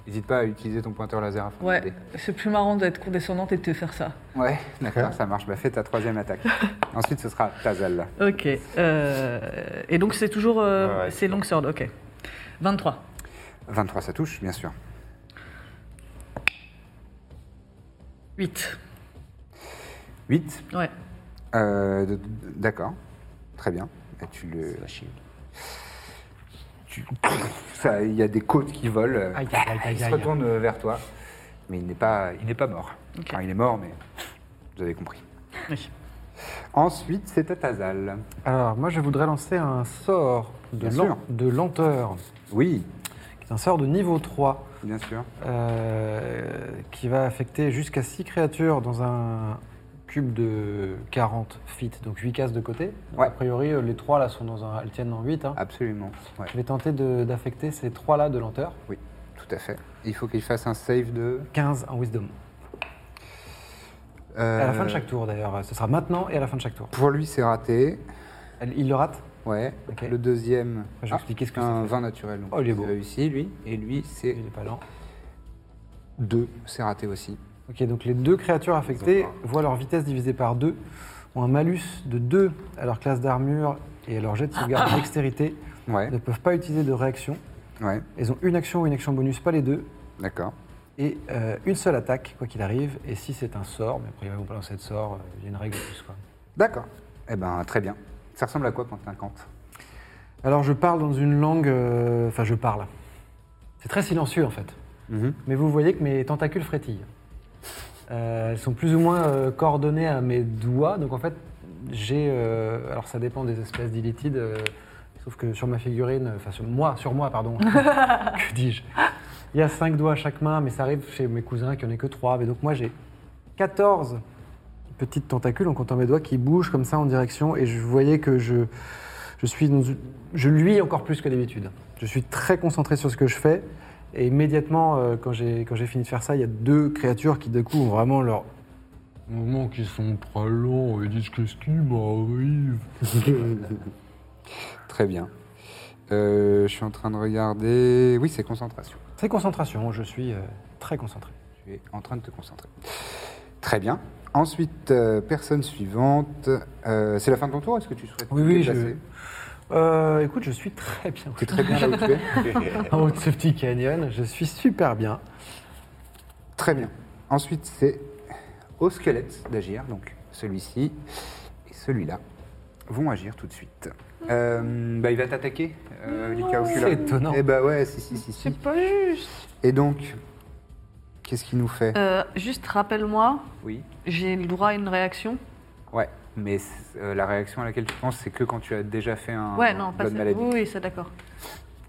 S1: N'hésite pas à utiliser ton pointeur laser à fond.
S4: ouais. C'est plus marrant d'être condescendante et de te faire ça.
S1: Ouais, d'accord, ça marche. Bah, fais ta troisième attaque. Ensuite, ce sera Tazal.
S4: Ok. euh, Et donc, c'est toujours. euh,
S2: Ouais, ouais,
S4: c'est longsword, ok. 23.
S1: 23, ça touche, bien sûr.
S4: 8.
S1: 8,
S4: Ouais.
S1: Euh, d- d- D'accord. Très bien. Et tu le. Tu- Ça, Il y a des côtes qui volent. euh,
S3: Aïe, aïe, aïe, aïe,
S1: il se
S3: aïe.
S1: retourne euh, vers toi. Mais il n'est pas, il n'est pas mort.
S4: Ok.
S1: Enfin, il est mort, mais vous avez compris.
S4: Oui.
S1: Ensuite, c'est à Tazal.
S3: Alors, moi, je voudrais lancer un sort
S1: Bien
S3: de, len-
S1: sûr.
S3: de lenteur,
S1: Oui,
S3: qui est un sort de niveau 3,
S1: bien sûr.
S3: euh, qui va affecter jusqu'à 6 créatures dans un cube de 40 feet, donc 8 cases de côté. Donc,
S1: Ouais. Ah.
S3: A priori, euh, les 3 là sont dans un. Elles tiennent en 8. hein.
S1: Absolument. Ouais,
S3: Je vais tenter de- d'affecter ces 3 là de lenteur.
S1: Oui, tout à fait. Il faut qu'il fasse un save de.
S3: 15 en wisdom.
S1: euh,
S3: À la fin de chaque tour d'ailleurs, ce sera maintenant et à la fin de chaque tour.
S1: Pour lui, c'est raté.
S3: Elle- Il le rate
S1: Ouais.
S3: Ok.
S1: Le deuxième. ah,
S3: Je vais expliquer ce que ça
S1: Un
S3: fait.
S1: 20 naturel. donc
S3: Oh, il est beau.
S1: réussi, lui. Et lui, c'est
S3: Il est pas lent.
S1: 2. C'est raté aussi.
S3: Ok, donc les deux créatures affectées voient leur vitesse divisée par 2, ont un malus de 2 à leur classe d'armure et à leur jet de sauvegarde de dextérité,
S1: Ouais,
S3: ne peuvent pas utiliser de réaction.
S1: ouais,
S3: Elles ont une action ou une action bonus, pas les deux,
S1: d'accord.
S3: et euh, une seule attaque, quoi qu'il arrive. Et si c'est un sort, mais après, ils vont pas lancer de sort, euh, il y a une règle en plus. Quoi.
S1: D'accord. Eh ben, très bien. Ça ressemble à quoi quand t'incantes
S3: Alors, je parle dans une langue. euh, Enfin, je parle. C'est très silencieux en fait. Mais vous voyez que mes tentacules frétillent. Euh, elles sont plus ou moins euh, coordonnées à mes doigts. Donc en fait, j'ai. euh, alors ça dépend des espèces d'illitides. euh, sauf que sur ma figurine, enfin sur moi, sur moi, pardon. que dis-je Il y a cinq doigts à chaque main, mais ça arrive chez mes cousins qui en aient que trois. Mais donc moi, j'ai 14 petites tentacules en comptant mes doigts qui bougent comme ça en direction. Et je voyais que je. Je suis dans une- je lui encore plus que d'habitude. Je suis très concentré sur ce que je fais. Et immédiatement, euh, quand j'ai quand j'ai fini de faire ça, il y a deux créatures qui, d'un coup, ont vraiment leur. Moment qui sont très lents et disent qu'est-ce qui m'arrive.
S1: Très bien. Euh, je suis en train de regarder. Oui, c'est concentration.
S3: C'est concentration, je suis euh, très concentré.
S1: Tu es en train de te concentrer. Très bien. Ensuite, euh, personne suivante. Euh, c'est la fin de ton tour Est-ce que tu souhaites
S3: Oui,
S1: te
S3: oui,
S1: déplacer
S3: Euh, écoute, je suis très bien.
S1: T'es très bien là où tu es
S3: En haut de ce petit canyon, je suis super bien.
S1: Très bien. Ensuite, c'est au squelette d'agir. Donc, celui-ci et celui-là vont agir tout de suite. Euh, bah, il va t'attaquer, euh, Lika Ocula.
S3: c'est étonnant.
S1: Eh bah ouais, si, si, si. si.
S8: C'est pas juste.
S1: Et donc, qu'est-ce qu'il nous fait
S4: Euh, juste rappelle-moi,
S1: Oui.
S4: j'ai le droit à une réaction
S1: Ouais, mais c'est- euh, la réaction à laquelle tu penses, c'est que quand tu as déjà fait un
S4: Ouais, non, pas
S1: Blood
S4: ça.
S1: Maladie.
S4: Oui, oui, ça, d'accord.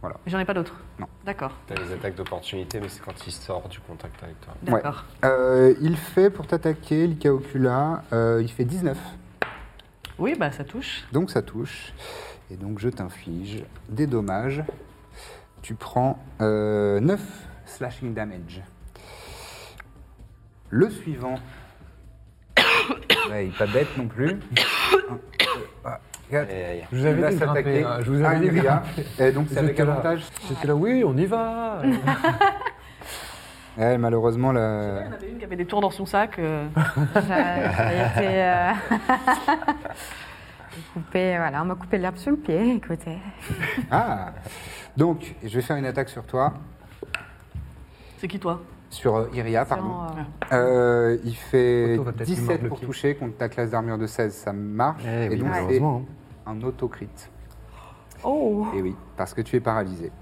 S1: Voilà.
S4: J'en ai pas d'autres
S1: Non.
S4: D'accord,
S2: T'as les attaques d'opportunité, mais c'est quand il sort du contact avec toi.
S1: Ouais.
S4: d'accord.
S1: Euh, il fait pour t'attaquer, Lika Ocula, euh, il fait 19.
S4: Oui, bah, ça touche.
S1: Donc ça touche. Et donc je t'inflige des dommages. Tu prends euh, 9 slashing damage. Le suivant. ouais, il est pas bête non plus. Ah, regarde.
S3: Je vous avais
S1: Il va
S3: dit de grimper,
S1: s'attaquer
S3: hein, je vous
S1: à
S3: avais dit de
S1: Elia.
S3: grimper.
S1: Et donc
S3: Vous
S1: c'est avec
S3: étiez là.
S1: avantage.
S3: J'étais là, oui, on y va. Eh
S1: Ouais, Eh, malheureusement,
S4: Il y
S1: la...
S4: en avait une qui avait des tours dans son sac. euh,
S5: Ça a été, euh, coupé, voilà, on m'a coupé l'herbe sur le pied, écoutez.
S1: Ah Donc, je vais faire une attaque sur toi,
S4: C'est qui toi
S1: sur euh, Iria, pardon.
S5: Sans, euh,
S1: Euh, il fait
S3: Otto va peut-être lui mordre
S1: 17
S3: le
S1: pour
S3: pied.
S1: toucher contre ta classe d'armure de 16, ça marche.
S3: Eh
S1: et
S3: oui,
S1: donc,
S3: hein.
S1: c'est
S3: malheureusement.
S1: un autocrite.
S4: Oh
S1: Et oui, parce que tu es paralysé.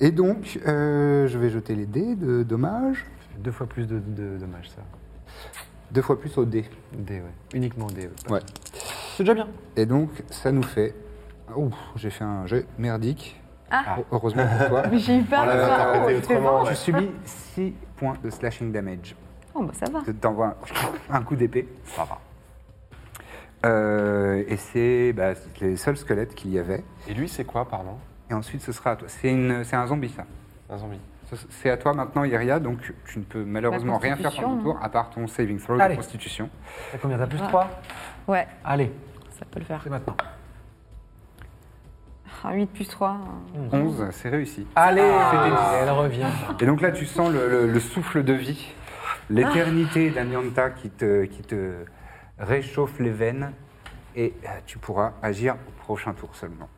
S1: Et donc, euh, je vais jeter les dés de dommages.
S3: Deux fois plus de, de dommages, ça.
S1: Deux fois plus au dé.
S3: Des, ouais. Uniquement des. ouais.
S1: Ouais.
S3: C'est déjà bien.
S1: Et donc, ça nous fait. Ouf, j'ai fait un jeu merdique. Heu- Heureusement pour toi.
S8: euh,
S1: Euh,
S8: J'ai eu peur de
S2: l'a
S8: ça.
S2: interprété
S8: Ah. Oh, je fais
S2: autrement,
S8: vingt.
S1: Tu subis 6 points de slashing damage.
S5: Oh, bah, ça va.
S1: Je t'envoie un, un coup d'épée.
S2: Ça va.
S1: Euh, et c'est bah, c'est les seuls squelettes qu'il y avait.
S2: Et lui, c'est quoi, pardon
S1: Et ensuite, ce sera à toi. C'est une- c'est un zombie, ça.
S2: Un zombie.
S1: Ce- C'est à toi maintenant, Iria, donc tu ne peux malheureusement rien faire pendant ton
S5: constitution,
S1: tour, à part ton saving throw
S3: Allez.
S1: de constitution.
S3: T'as combien T'as plus 3
S5: Ouais,
S3: Allez,
S5: ça peut le faire.
S3: c'est maintenant.
S8: Ah,
S5: 8 plus 3.
S8: euh,
S1: 11, c'est réussi.
S3: Allez
S1: Ah.
S3: Elle revient.
S5: Ah.
S1: Et donc là, tu sens le, le- le souffle de vie, l'éternité d'Amianta qui te, qui te réchauffe les veines, et euh, tu pourras agir au prochain tour seulement.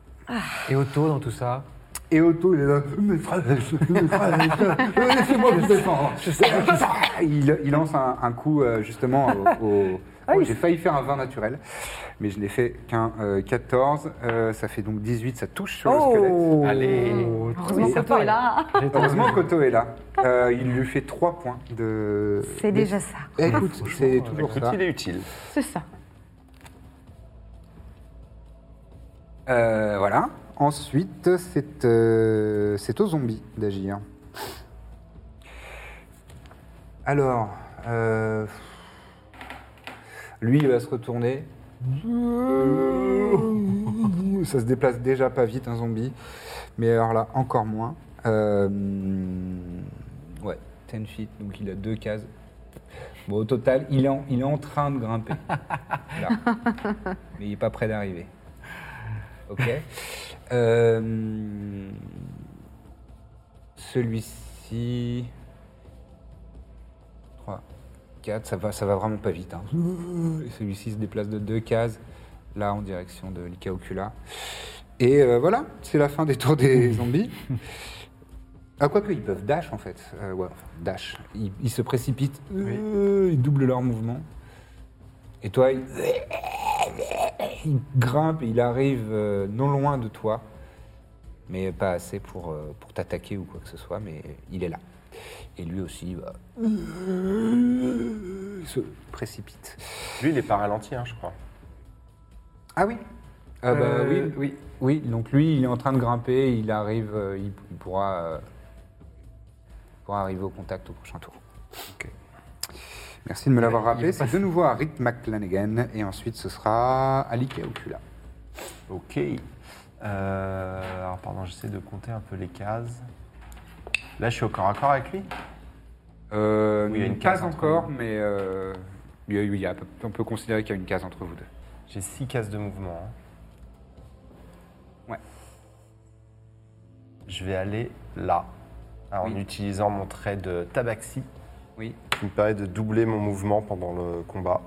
S3: Et Otto dans tout ça
S1: Et Otto, il est là, mes frères, mes frères, mes frères, laissez-moi me défendre. ah, Il, il lance un, un coup euh, justement au. au-
S5: Ah
S1: oh, J'ai failli faire un vin naturel, mais je n'ai fait qu'un euh, 14. euh, ça fait donc 18, ça touche sur le squelette.
S5: Oh.
S2: Allez.
S5: Heureusement que toi est là.
S1: Heureusement qu'Otto est là. Euh, il lui fait 3 points de.
S5: C'est déjà ça.
S1: Eh, écoute, c'est toujours
S2: Écoute,
S1: ça.
S2: il est utile.
S5: C'est ça.
S1: Euh, voilà. Ensuite, c'est euh, c'est aux zombies d'agir. Alors, euh, lui, il va se retourner. Ça se déplace déjà pas vite, un zombie. Mais alors là, encore moins. Euh, ouais, 10 feet, donc il a deux cases. Bon, au total, il est en, il est en train de grimper. Là. Mais il n'est pas près d'arriver. Ok. Euh, Celui-ci. 3, 4, ça va, ça va vraiment pas vite. hein. Et Celui-ci se déplace de deux cases, là en direction de l'Ika Ocula. Et euh, voilà, c'est la fin des tours des zombies. Ah, quoique, ils peuvent dash en fait. Euh, ouais, enfin, dash. Ils, ils se précipitent, euh, ils doublent leur mouvement. Et toi, il- il grimpe, il arrive euh, non loin de toi, mais pas assez pour, euh, pour t'attaquer ou quoi que ce soit, mais il est là. Et lui aussi va... se précipite.
S2: Lui, il est pas ralenti, hein, je crois.
S1: Ah oui Ah bah
S3: Euh,
S1: oui, oui, oui. Donc lui, il est en train de grimper, il arrive, euh, il, il pourra, euh, il pourra arriver au contact au prochain tour. Merci de me l'avoir rappelé. C'est de nouveau à Rick McLanagan, et ensuite ce sera Ali Kaokula.
S2: Ok. Euh, alors, pardon, j'essaie de compter un peu les cases. Là, je suis au corps à corps avec lui
S1: Euh,
S2: Oui, il y a une
S1: pas
S2: case entre
S1: encore,
S2: nous.
S1: mais euh, il y a- il y a- on peut considérer qu'il y a une case entre vous deux.
S2: J'ai six cases de mouvement. hein.
S1: Ouais.
S2: Je vais aller là, Alors, en
S1: Oui.
S2: utilisant mon trait de tabaxi,
S1: Oui.
S2: qui me permet de doubler mon mouvement pendant le combat.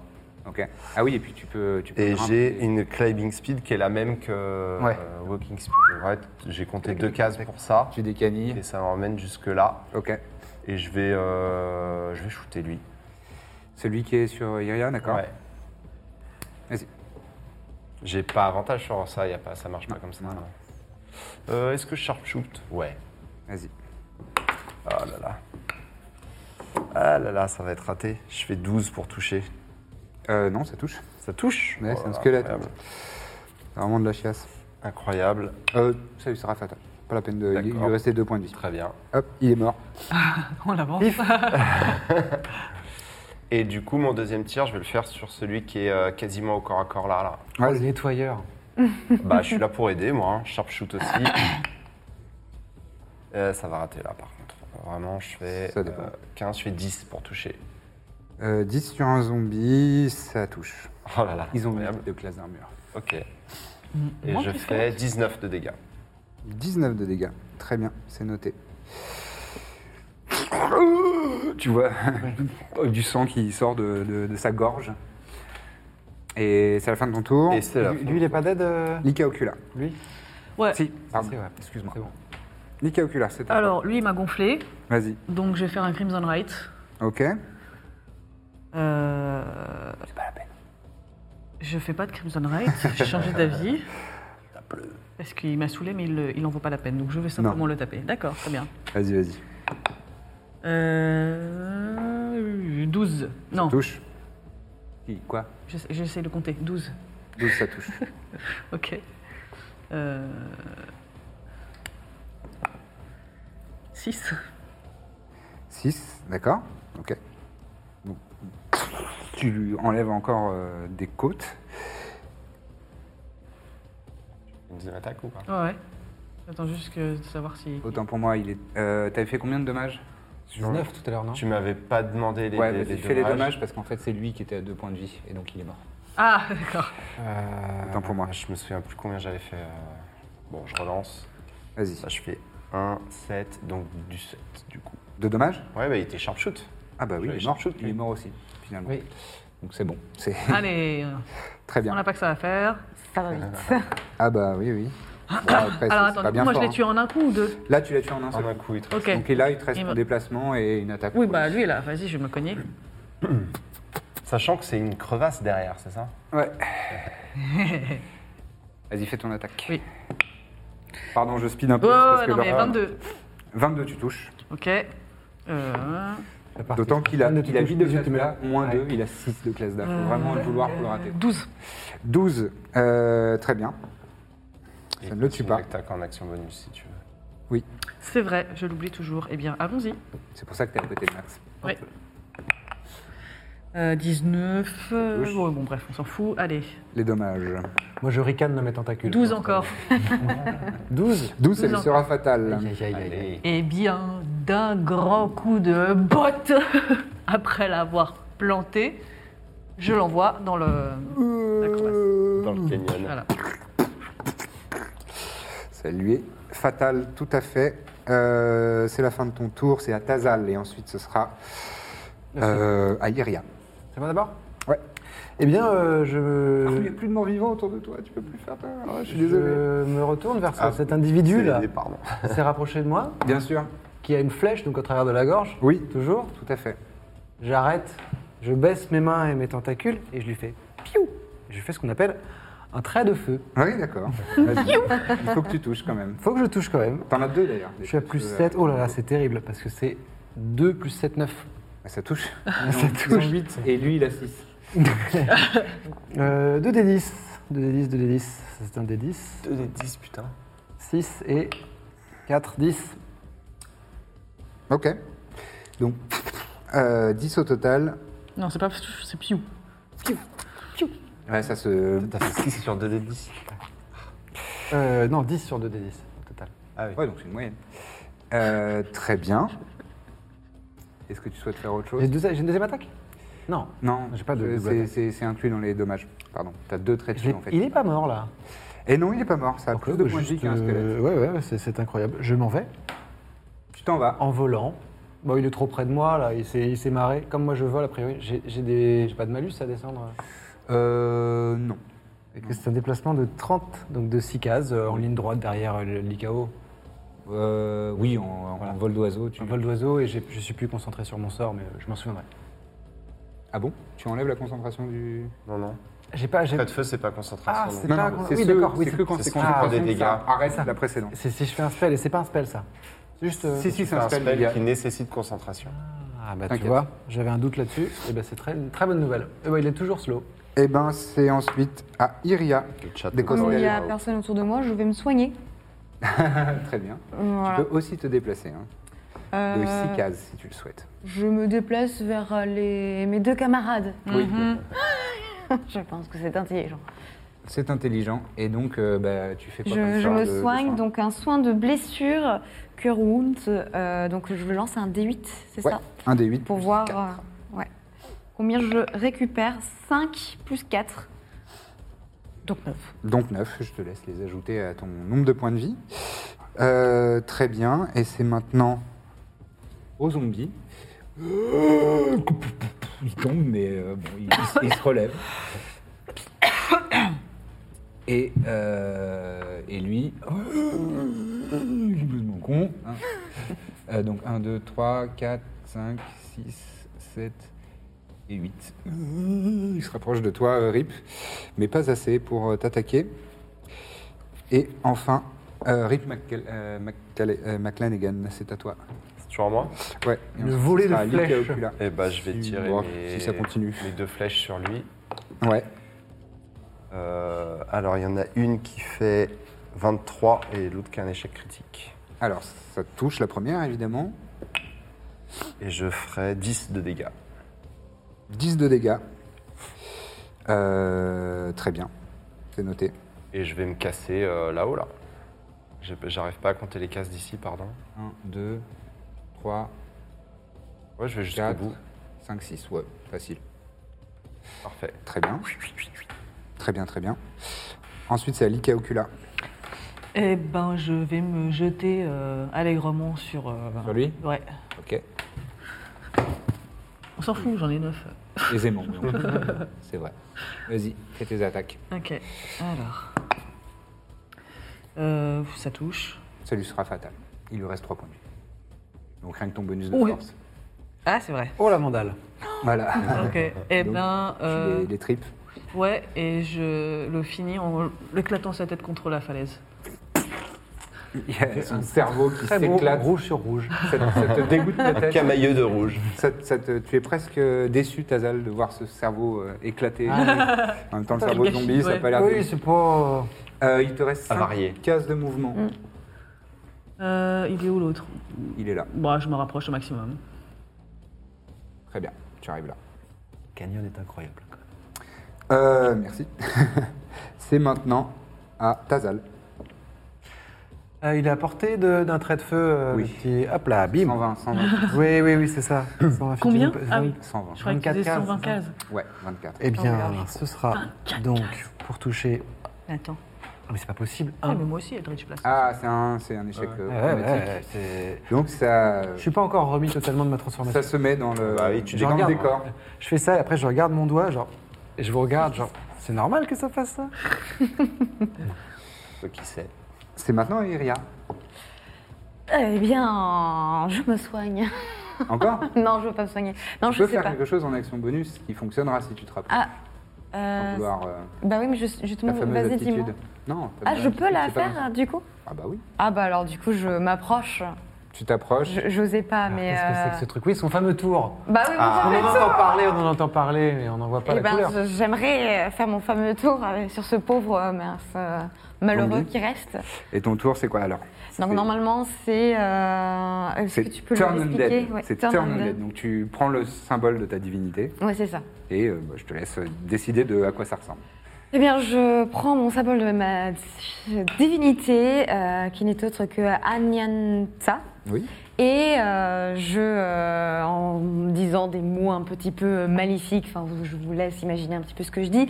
S1: Ok. Ah oui, et puis tu peux. Tu peux
S2: Et
S1: grimper.
S2: j'ai une climbing speed qui est la même que
S1: Ouais.
S2: euh, walking speed. Ouais, j'ai compté deux cases pour ça.
S1: Tu des canilles.
S2: Et ça m'emmène jusque là.
S1: Ok.
S2: Et je vais, euh, je vais shooter lui.
S1: Celui qui est sur Iria, d'accord
S2: Ouais.
S1: Vas-y.
S2: J'ai pas avantage sur ça, y a pas, ça marche pas comme ça. non. Euh, Est-ce que je sharpshoot Ouais.
S1: Vas-y.
S2: Ah là là. Ah là là, ça va être raté. Je fais 12 pour toucher.
S1: Euh, non, ça touche.
S2: Ça touche
S1: Ouais, c'est un
S2: Voilà,
S1: squelette. hein.
S2: Incroyable.
S1: C'est Vraiment de la chiasse.
S2: Incroyable.
S1: Euh, ça lui sera fatal. Pas la peine de. Il lui
S2: D'accord.
S1: restait deux points de vie.
S2: Très bien.
S1: Hop, il est mort.
S4: On l'avance.
S2: Et du coup, mon deuxième tir, je vais le faire sur celui qui est euh, quasiment au corps à corps là. là.
S3: Oh, le nettoyeur.
S2: bah, je suis là pour aider, moi. hein. Sharpshoot aussi. Euh, ça va rater là, par contre. Vraiment, je fais
S1: Ça dépend.
S2: euh, 15, je fais 10 pour toucher.
S1: Euh, 10 sur un zombie, ça touche.
S2: Oh là là.
S1: Ils ont mis
S2: incroyable.
S1: de classe d'armure.
S2: Ok. Et
S4: Moi,
S2: je
S4: qu'est-ce
S2: fais 19 de dégâts.
S1: 19 de dégâts. Très bien, c'est noté. Tu vois du sang qui sort de, de- de sa gorge. Et c'est la fin de ton tour.
S2: Et c'est la fin.
S3: Lui, il est pas dead euh,
S1: Lika Ocula.
S3: Lui
S4: Ouais.
S1: Si, pardon,
S3: Ah, c'est vrai.
S1: excuse-moi.
S3: C'est bon.
S1: Lika Ocula, c'est à toi.
S4: Alors, lui, il m'a gonflé,
S1: Vas-y.
S4: donc je vais faire un Crimson Right.
S1: Ok.
S4: Euh...
S1: C'est pas la peine.
S4: Je fais pas de Crimson Right, j'ai changé d'avis. Parce qu'il m'a saoulé, mais il, le- il en vaut pas la peine. Donc je vais simplement
S1: Non.
S4: le taper. D'accord, très bien.
S1: Vas-y, vas-y.
S4: Euh... 12. Non,
S1: Touche. Qui, quoi
S4: j'essa- j'essaie de compter. 12.
S1: 12, ça touche.
S4: Ok. Euh... 6.
S1: 6, d'accord. Ok. Donc, tu lui enlèves encore euh, des côtes.
S2: Une deuxième attaque ou pas
S4: Ouais, ouais. J'attends juste que de savoir si.
S1: Autant pour moi, il est. Euh, T'avais fait combien de dommages
S3: 19 tout à l'heure, non
S2: Tu m'avais pas demandé les,
S1: Ouais,
S2: les-
S1: mais
S2: les
S1: tu fais les dommages parce qu'en fait, c'est lui qui était à deux points de vie et donc il est mort.
S4: Ah, d'accord.
S2: Euh,
S1: Attends pour moi.
S2: Je me souviens plus combien j'avais fait. euh, Bon, je relance.
S1: Vas-y.
S2: Ça, je fais 1, 7, donc du 7 du coup.
S1: Deux dommages
S2: Ouais, bah il était sharpshoot.
S1: Ah bah oui,
S2: Ouais,
S1: il est mort.
S2: je-
S1: Il est mort aussi, finalement.
S3: Oui.
S1: Donc c'est bon. C'est
S4: Allez, euh,
S1: très
S4: on
S1: bien.
S4: n'a pas que ça à faire.
S5: Ça va vite.
S1: Ah bah oui, oui. Bon, après,
S4: Alors
S1: c'est- c'est
S4: attends,
S1: pas
S4: du coup,
S1: bien
S4: moi je
S1: fort,
S4: l'ai tué en un coup ou deux
S1: hein. Là, tu l'as tué en un
S2: En
S1: seul.
S2: un coup, il te
S4: Ok.
S1: Donc et là, il te reste
S4: Il
S1: un
S4: me-
S1: déplacement et une attaque.
S4: Oui, bah lui là, vas-y, je vais me cogner.
S2: Sachant que c'est une crevasse derrière, c'est ça
S1: Ouais. Vas-y, fais ton attaque.
S4: Oui.
S1: Pardon, je speed un peu.
S4: Oh,
S1: parce que
S4: non, mais
S1: leur-
S4: 22.
S1: 22, tu touches.
S4: Ok. Euh,
S3: La partie-
S1: D'autant qu'il a,
S3: Ne
S1: il a
S3: touche
S1: 8 de
S3: plus,
S1: classe
S3: tu me
S1: d'art,
S3: la-
S1: moins
S3: Ouais.
S1: 2, il a 6 de classe d'art. Faut vraiment le vouloir pour le rater.
S4: 12.
S1: 12, euh, très bien.
S2: Et
S1: Ça ne le tue
S2: continue
S1: pas.
S2: l'attaque en action bonus si tu veux.
S4: C'est vrai, je l'oublie toujours. Eh bien, allons-y.
S1: C'est pour ça que t'es à côté de Max.
S4: Ouais. Euh, 19. euh, ouais, bon, bref, on s'en fout. Allez,
S1: Les dommages.
S3: Moi, je ricane de mes tentacules.
S4: 12 encore.
S3: 12
S1: 12, ça lui
S4: Douze
S1: sera fatal.
S3: Aïe, aïe, aïe, aïe.
S2: Allez.
S4: Eh bien, d'un grand coup de botte, après l'avoir planté, je l'envoie dans le. la crevasse.
S2: Dans le canyon.
S4: Voilà.
S1: Ça lui est fatal, tout à fait. Euh, c'est la fin de ton tour, c'est à Tazal, et ensuite ce sera euh, à Iria.
S3: C'est moi d'abord
S1: Ouais.
S3: Eh bien, euh,
S1: Ah, Il n'y a
S3: je...
S1: plus de morts vivants autour de toi, tu peux plus faire peur. Ah, je suis
S3: je
S1: désolé.
S3: me retourne vers ce-
S2: Ah,
S3: cet
S2: C'est
S3: individu-là
S2: les- Pardon.
S3: qui s'est rapproché de moi,
S1: Bien sûr.
S3: qui a une flèche donc au travers de la gorge.
S1: Oui,
S3: Toujours.
S1: tout à fait.
S3: J'arrête, je baisse mes mains et mes tentacules et je lui fais piou. Je lui fais ce qu'on appelle un trait de feu.
S1: Oui, d'accord. Vas-y. Il faut que tu touches quand même.
S3: Faut que je touche quand même.
S1: T'en as deux d'ailleurs.
S3: Je suis à plus 7. Oh là là, c'est terrible parce que c'est 2 plus 7, 9.
S1: Ah, Ça touche.
S3: Ça touche.
S1: 8 et lui il a 6.
S3: Euh, 2 des 10. 2 des 10, 2 des 10. Ça, C'est un des 10.
S2: 2 des 10, putain.
S3: 6 et 4, 10.
S1: Ok. Donc, euh, 10 au total.
S4: Non, c'est pas. C'est Piou.
S1: Ouais, ça se.
S2: T'as fait 6 sur 2 des 10.
S3: Euh, non, 10 sur 2 des 10 au total.
S2: Ah oui.
S1: Ouais, donc c'est une moyenne. Euh, très bien. Est-ce que tu souhaites faire autre
S3: J'ai
S1: chose
S3: une deuxi- j'ai une deuxième attaque Non.
S1: Non,
S3: J'ai pas de
S1: euh,
S3: double
S1: c'est-
S3: attaque.
S1: C'est c'est inclus dans les dommages. Pardon. T'as deux traits de
S3: Je l'ai-
S1: cheveux en fait.
S3: Il est pas mort là.
S1: Et non, il est pas mort. Ça a plus de
S3: bah,
S1: points de vie
S3: juste,
S1: qu'un squelette.
S3: euh, ouais, ouais, ouais, c'est c'est incroyable. Je m'en vais
S1: Tu t'en vas.
S3: en volant. Bon, il est trop près de moi là, il s'est il s'est marré. Comme moi je vole, a priori, j'ai j'ai des... j'ai pas de malus à descendre.
S1: Euh. Non.
S3: Et C'est un déplacement de 30, donc de 6 cases euh, en ligne droite derrière euh, l'ICAO.
S1: Euh, oui, en, en vol d'oiseau. Tu...
S3: Un vol d'oiseau et j'ai- je suis plus concentré sur mon sort, mais euh, je m'en souviendrai.
S1: Ah bon Tu enlèves la concentration du.
S2: Non, non.
S3: J'ai pas. j'ai-
S2: Trait de feu, c'est pas concentration.
S3: Ah,
S2: non.
S3: C'est pas-
S1: c'est
S3: oui,
S1: ceux-
S3: d'accord, oui,
S1: c'est
S3: c'est-
S1: que quand
S3: c'est
S1: c'est
S3: ça.
S1: concentration,
S2: Ah, des
S1: ça
S2: dégâts.
S1: Arrête la précédente.
S3: C'est si je fais un spell et c'est pas un spell ça. C'est juste. euh,
S1: Si, si, c'est
S2: C'est un
S1: les
S2: spell
S1: gars.
S2: qui nécessite concentration.
S3: Ah bah tu
S1: t'inquiète.
S3: vois, j'avais un doute là-dessus. Et ben c'est très une très bonne nouvelle. Et ben, il est toujours slow.
S1: Eh ben, c'est ensuite à Iria.
S2: Le chat
S1: Des
S2: me
S1: causes
S8: Comme il n'y a
S1: Wow.
S8: personne autour de moi, je vais me soigner.
S1: Très bien.
S8: Voilà.
S1: Tu peux aussi te déplacer, hein, de
S8: Euh,
S1: 6 cases si tu le souhaites.
S8: Je me déplace
S5: euh,
S8: vers les... mes deux camarades.
S1: Oui.
S5: Hein,
S8: je pense que c'est intelligent.
S1: C'est intelligent et donc euh, bah, tu fais quoi comme
S8: Je, je
S1: sort
S8: me
S1: de- de
S8: soigne,
S1: soin
S8: donc un soin de blessure, cure wound. euh, donc je lance un D8, c'est
S1: Ouais,
S8: ça
S1: un des 8.
S8: Pour voir. euh, ouais.
S5: Combien je récupère 5 plus 4.
S4: Donc 9.
S1: Donc 9, je te laisse les ajouter à ton nombre de points de vie. Euh, très bien, et c'est maintenant aux zombies. Il tombe, mais euh, bon, il, il se- il se relève. Et, euh, et lui. Mon con. hein. Euh, donc 1, 2, 3, 4, 5, 6, 7 et 8. Il se rapproche de toi, euh, Rip, mais pas assez pour euh, t'attaquer. Et enfin, euh, Rip McCall- euh, McCall- euh, McLanegan, c'est à toi.
S2: C'est toujours à moi
S1: Ouais. et
S3: Le
S1: ensuite,
S3: volet
S1: ce
S3: de
S1: sera Luke
S3: flèches.
S1: et Ocula.
S2: Eh bah, je vais
S1: Si-
S2: tirer
S1: bon,
S2: mes...
S1: si ça continue.
S2: mes deux flèches sur lui.
S1: Ouais.
S2: Euh, alors, il y en a une qui fait 23 et l'autre qui a un échec critique.
S1: Alors, ça touche la première, évidemment.
S2: Et je ferai 10 de dégâts.
S1: 10 de dégâts. Euh, très bien. C'est noté.
S2: Et je vais me casser euh, là-haut, là. J'ai- J'arrive pas à compter les cases d'ici, pardon.
S1: 1, 2, 3,
S2: Ouais, je vais jusqu'au
S1: 4,
S2: bout.
S1: 5, 6. Ouais, facile.
S2: Parfait.
S1: Très bien. Très bien, très bien. Ensuite, c'est à Lika Ocula.
S4: Eh ben, je vais me jeter euh, allègrement sur. euh,
S1: Sur lui
S4: Ouais.
S1: Ok.
S4: On s'en fout, j'en ai 9.
S1: Aisément, mais on- c'est vrai. Vas-y, fais tes attaques.
S4: Ok. Alors. Euh, ça touche.
S1: Ça lui sera fatal. Il lui reste 3 points de vie. Donc rien que ton bonus de
S4: Oui.
S1: force.
S4: Ah, c'est vrai.
S3: Oh la mandale
S1: Voilà.
S4: Ok. Eh
S1: Donc,
S4: ben.
S1: tu
S4: euh,
S1: les, les tripes.
S4: Ouais, et je le finis en éclatant sa tête contre la falaise.
S1: Il y a son cerveau qui
S3: Très beau,
S1: s'éclate.
S3: rouge sur rouge.
S1: Ça, te- ça te dégoûte
S2: Un
S1: peut-être.
S2: camailleux de rouge.
S1: Ça, te- ça te- tu es presque euh, déçu, Tazal, de voir ce cerveau euh, éclaté. En même temps, le
S4: Attends,
S1: cerveau
S4: le gâchis,
S1: zombie, ça n'a
S4: ouais.
S1: pas l'air de-
S3: Oui, c'est pas...
S1: Euh, il te reste
S2: À
S1: 5
S2: varier.
S1: cases de mouvement.
S4: Euh, il est où l'autre
S1: Il est là.
S4: Bah, je me rapproche au maximum.
S1: Très bien, tu arrives là.
S6: Canyon est incroyable. quoi.
S1: Euh, merci. C'est maintenant à Tazal.
S3: Euh, il est à portée de- d'un trait de feu, euh,
S1: Oui.
S3: le petit... Hop là, bim
S1: 120, 120.
S3: Oui, oui, oui, c'est ça. 120 feet.
S4: Combien
S3: Vingt-
S4: Ah oui.
S1: 120.
S4: Je crois que
S3: 24
S4: disais 120
S3: cases,
S4: cases.
S1: Ouais, 24.
S5: Ah
S3: Eh bien,
S4: regarde.
S3: ce sera donc pour toucher...
S4: Attends.
S3: Ah, mais c'est pas possible.
S4: Ah,
S3: Un.
S4: mais moi aussi, Eldritch Blast.
S1: Ah, c'est un, c'est un échec euh,
S3: Ouais, ouais,
S1: automatique.
S3: ouais, c'est-
S1: Donc ça,
S3: Je suis pas encore remis totalement de ma
S1: ça
S3: transformation.
S1: se met dans le,
S2: Bah oui, tu
S1: dans le
S3: dégages.
S1: décor.
S3: Je fais ça, et après je regarde mon doigt, genre... Et je vous regarde, genre... C'est normal que ça fasse ça
S2: Toi qui sait.
S1: C'est maintenant à Iria.
S5: Eh bien, je me soigne.
S1: Encore
S5: non, je veux pas me soigner. Non,
S1: Tu
S5: je
S1: peux
S5: sais
S1: faire
S5: pas.
S1: quelque chose en action bonus qui fonctionnera si tu te rappelles.
S5: Ah,
S1: Sans
S5: euh,
S1: vouloir, euh,
S5: bah oui, mais je,
S1: ta
S5: justement,
S1: fameuse
S5: vas-y, dis-moi.
S1: attitude. Non. ta
S5: Ah,
S1: fameuse
S5: je peux
S1: attitude,
S5: la
S1: c'est pas
S5: faire, du coup
S1: Ah bah oui.
S5: Ah bah alors, du coup, je m'approche.
S1: Tu t'approches.
S5: Je- J'osais pas, mais...
S3: Ah, Qu'est-ce que c'est que ce
S5: euh,
S3: truc Oui, son fameux tour
S5: Bah oui, vous
S1: Ah.
S3: On
S5: savez
S3: en entend parler, on en entend parler, mais on n'en voit pas
S5: Eh
S3: la
S5: ben,
S3: couleur.
S5: je- j'aimerais euh, faire mon fameux tour euh, sur ce pauvre euh, mince, euh, malheureux
S1: Zombie.
S5: qui reste.
S1: Et ton tour, c'est quoi alors
S5: Donc
S1: C'est-
S5: normalement, c'est... euh, Est-ce
S1: C'est
S5: que tu peux
S1: Turn
S5: le expliquer
S1: Undead. C'est Turn, Undead. Donc tu prends le symbole de ta divinité
S5: Ouais, c'est ça.
S1: et euh, bah, je te laisse euh, décider de à quoi ça ressemble.
S5: Eh bien, je prends mon symbole de ma divinité, euh, qui n'est autre que Anyanta,
S1: Oui.
S5: et euh, je, euh, en disant des mots un petit peu euh, maléfiques, enfin, vous- je vous laisse imaginer un petit peu ce que je dis.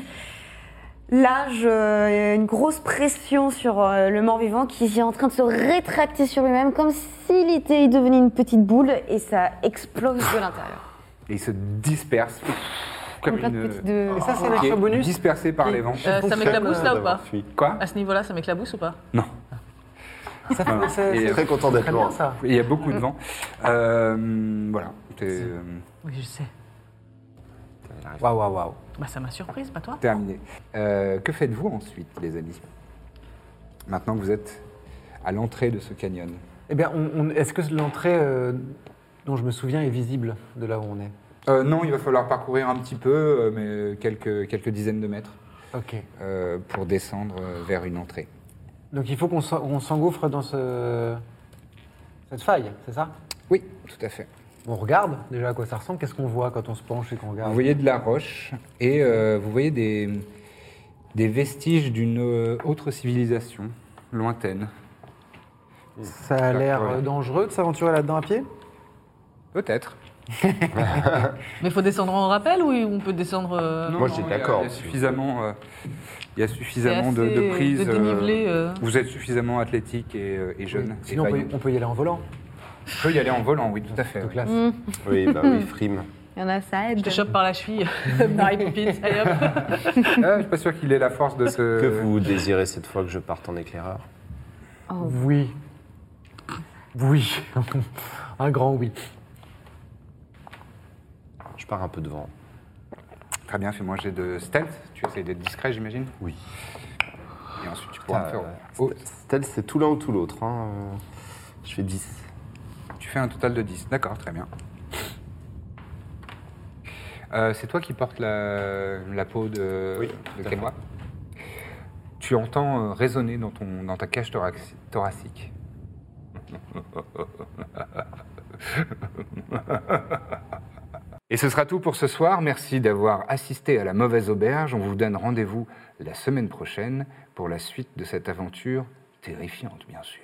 S5: Là, je- il y a une grosse pression sur euh, le mort-vivant qui est en train de se rétracter sur lui-même, comme s'il était devenu une petite boule, et ça explose de l'intérieur.
S1: Et il se disperse comme
S5: Donc là,
S1: une. euh,
S5: de petites- euh, de-
S3: Et ça, c'est
S1: qui est
S3: l'action bonus
S1: Dispersé par les vents.
S4: Euh, ça m'éclabousse là ou pas
S1: Quoi
S4: À ce niveau-là, ça m'éclabousse ou pas
S1: Non.
S3: Ça
S1: Voilà.
S3: fait Euh, c'est-
S1: Et euh,
S3: c'est
S2: Très content d'être
S3: très bien,
S2: loin.
S3: ça.
S1: Il y a beaucoup de vent. Euh, voilà. T'es, euh,
S4: Oui, je sais.
S3: Waouh, waouh, waouh.
S4: Bah, ça m'a surprise, pas toi
S1: Terminé. Euh, que faites-vous ensuite, les amis Maintenant que vous êtes à l'entrée de ce canyon.
S3: Eh bien, on- on- est-ce que l'entrée euh, dont je me souviens est visible de là où on est
S1: Euh, non, il va falloir parcourir un petit peu, euh, mais quelques, quelques dizaines de mètres,
S3: Ok.
S1: euh, pour descendre euh, vers une entrée.
S3: Donc il faut qu'on s'en- on s'engouffre dans ce... cette faille, c'est ça
S1: Oui, tout à fait.
S3: On regarde déjà à quoi ça ressemble, qu'est-ce qu'on voit quand on se penche et qu'on regarde
S1: Vous voyez de la roche et euh, vous voyez des, des vestiges d'une euh, autre civilisation lointaine. Ah,
S3: Ça a l'air euh, dangereux de s'aventurer là-dedans à pied
S1: Peut-être.
S4: Mais faut descendre en rappel ou on peut descendre. euh,
S2: Moi, j'étais
S1: il y a-
S2: d'accord.
S1: Il y a suffisamment, euh, il y a
S4: c'est
S1: suffisamment
S4: assez
S1: de, de prises.
S4: De
S1: euh,
S4: dénivelé. euh.
S1: Vous êtes suffisamment athlétique et, euh, et jeune. et
S3: Sinon, on peut,
S1: vaillant.
S3: on peut y aller en volant.
S1: On peut y aller en volant, oui, tout à fait.
S3: De
S1: oui.
S3: classe.
S2: Oui, bah oui, frime.
S5: Il y en a, ça
S4: Je
S5: aide.
S4: te chope par la cheville, Mary Poppins, allez hop.
S1: Ah, je suis pas sûr qu'il ait la force de se.
S2: Que vous désirez cette fois que je parte en éclaireur
S3: Oui. Oui. Un grand oui.
S2: Je pars un peu devant.
S1: Très bien, fais-moi un jet de stealth. Tu essayes d'être discret, j'imagine
S2: Oui. euh,
S1: Et ensuite, tu pourras faire. Oh,
S2: Stealth, c'est tout l'un ou tout l'autre. hein. Euh, Je fais 10.
S1: tu fais un total de 10. D'accord, très bien. Euh, c'est toi qui portes la, la peau de,
S2: Oui,
S1: de
S2: tout à
S1: Kenwa. Tu entends euh, résonner dans, ton, dans ta cage thorax- thoracique. Et ce sera tout pour ce soir. Merci d'avoir assisté à la mauvaise auberge. On vous donne rendez-vous la semaine prochaine pour la suite de cette aventure terrifiante, bien sûr.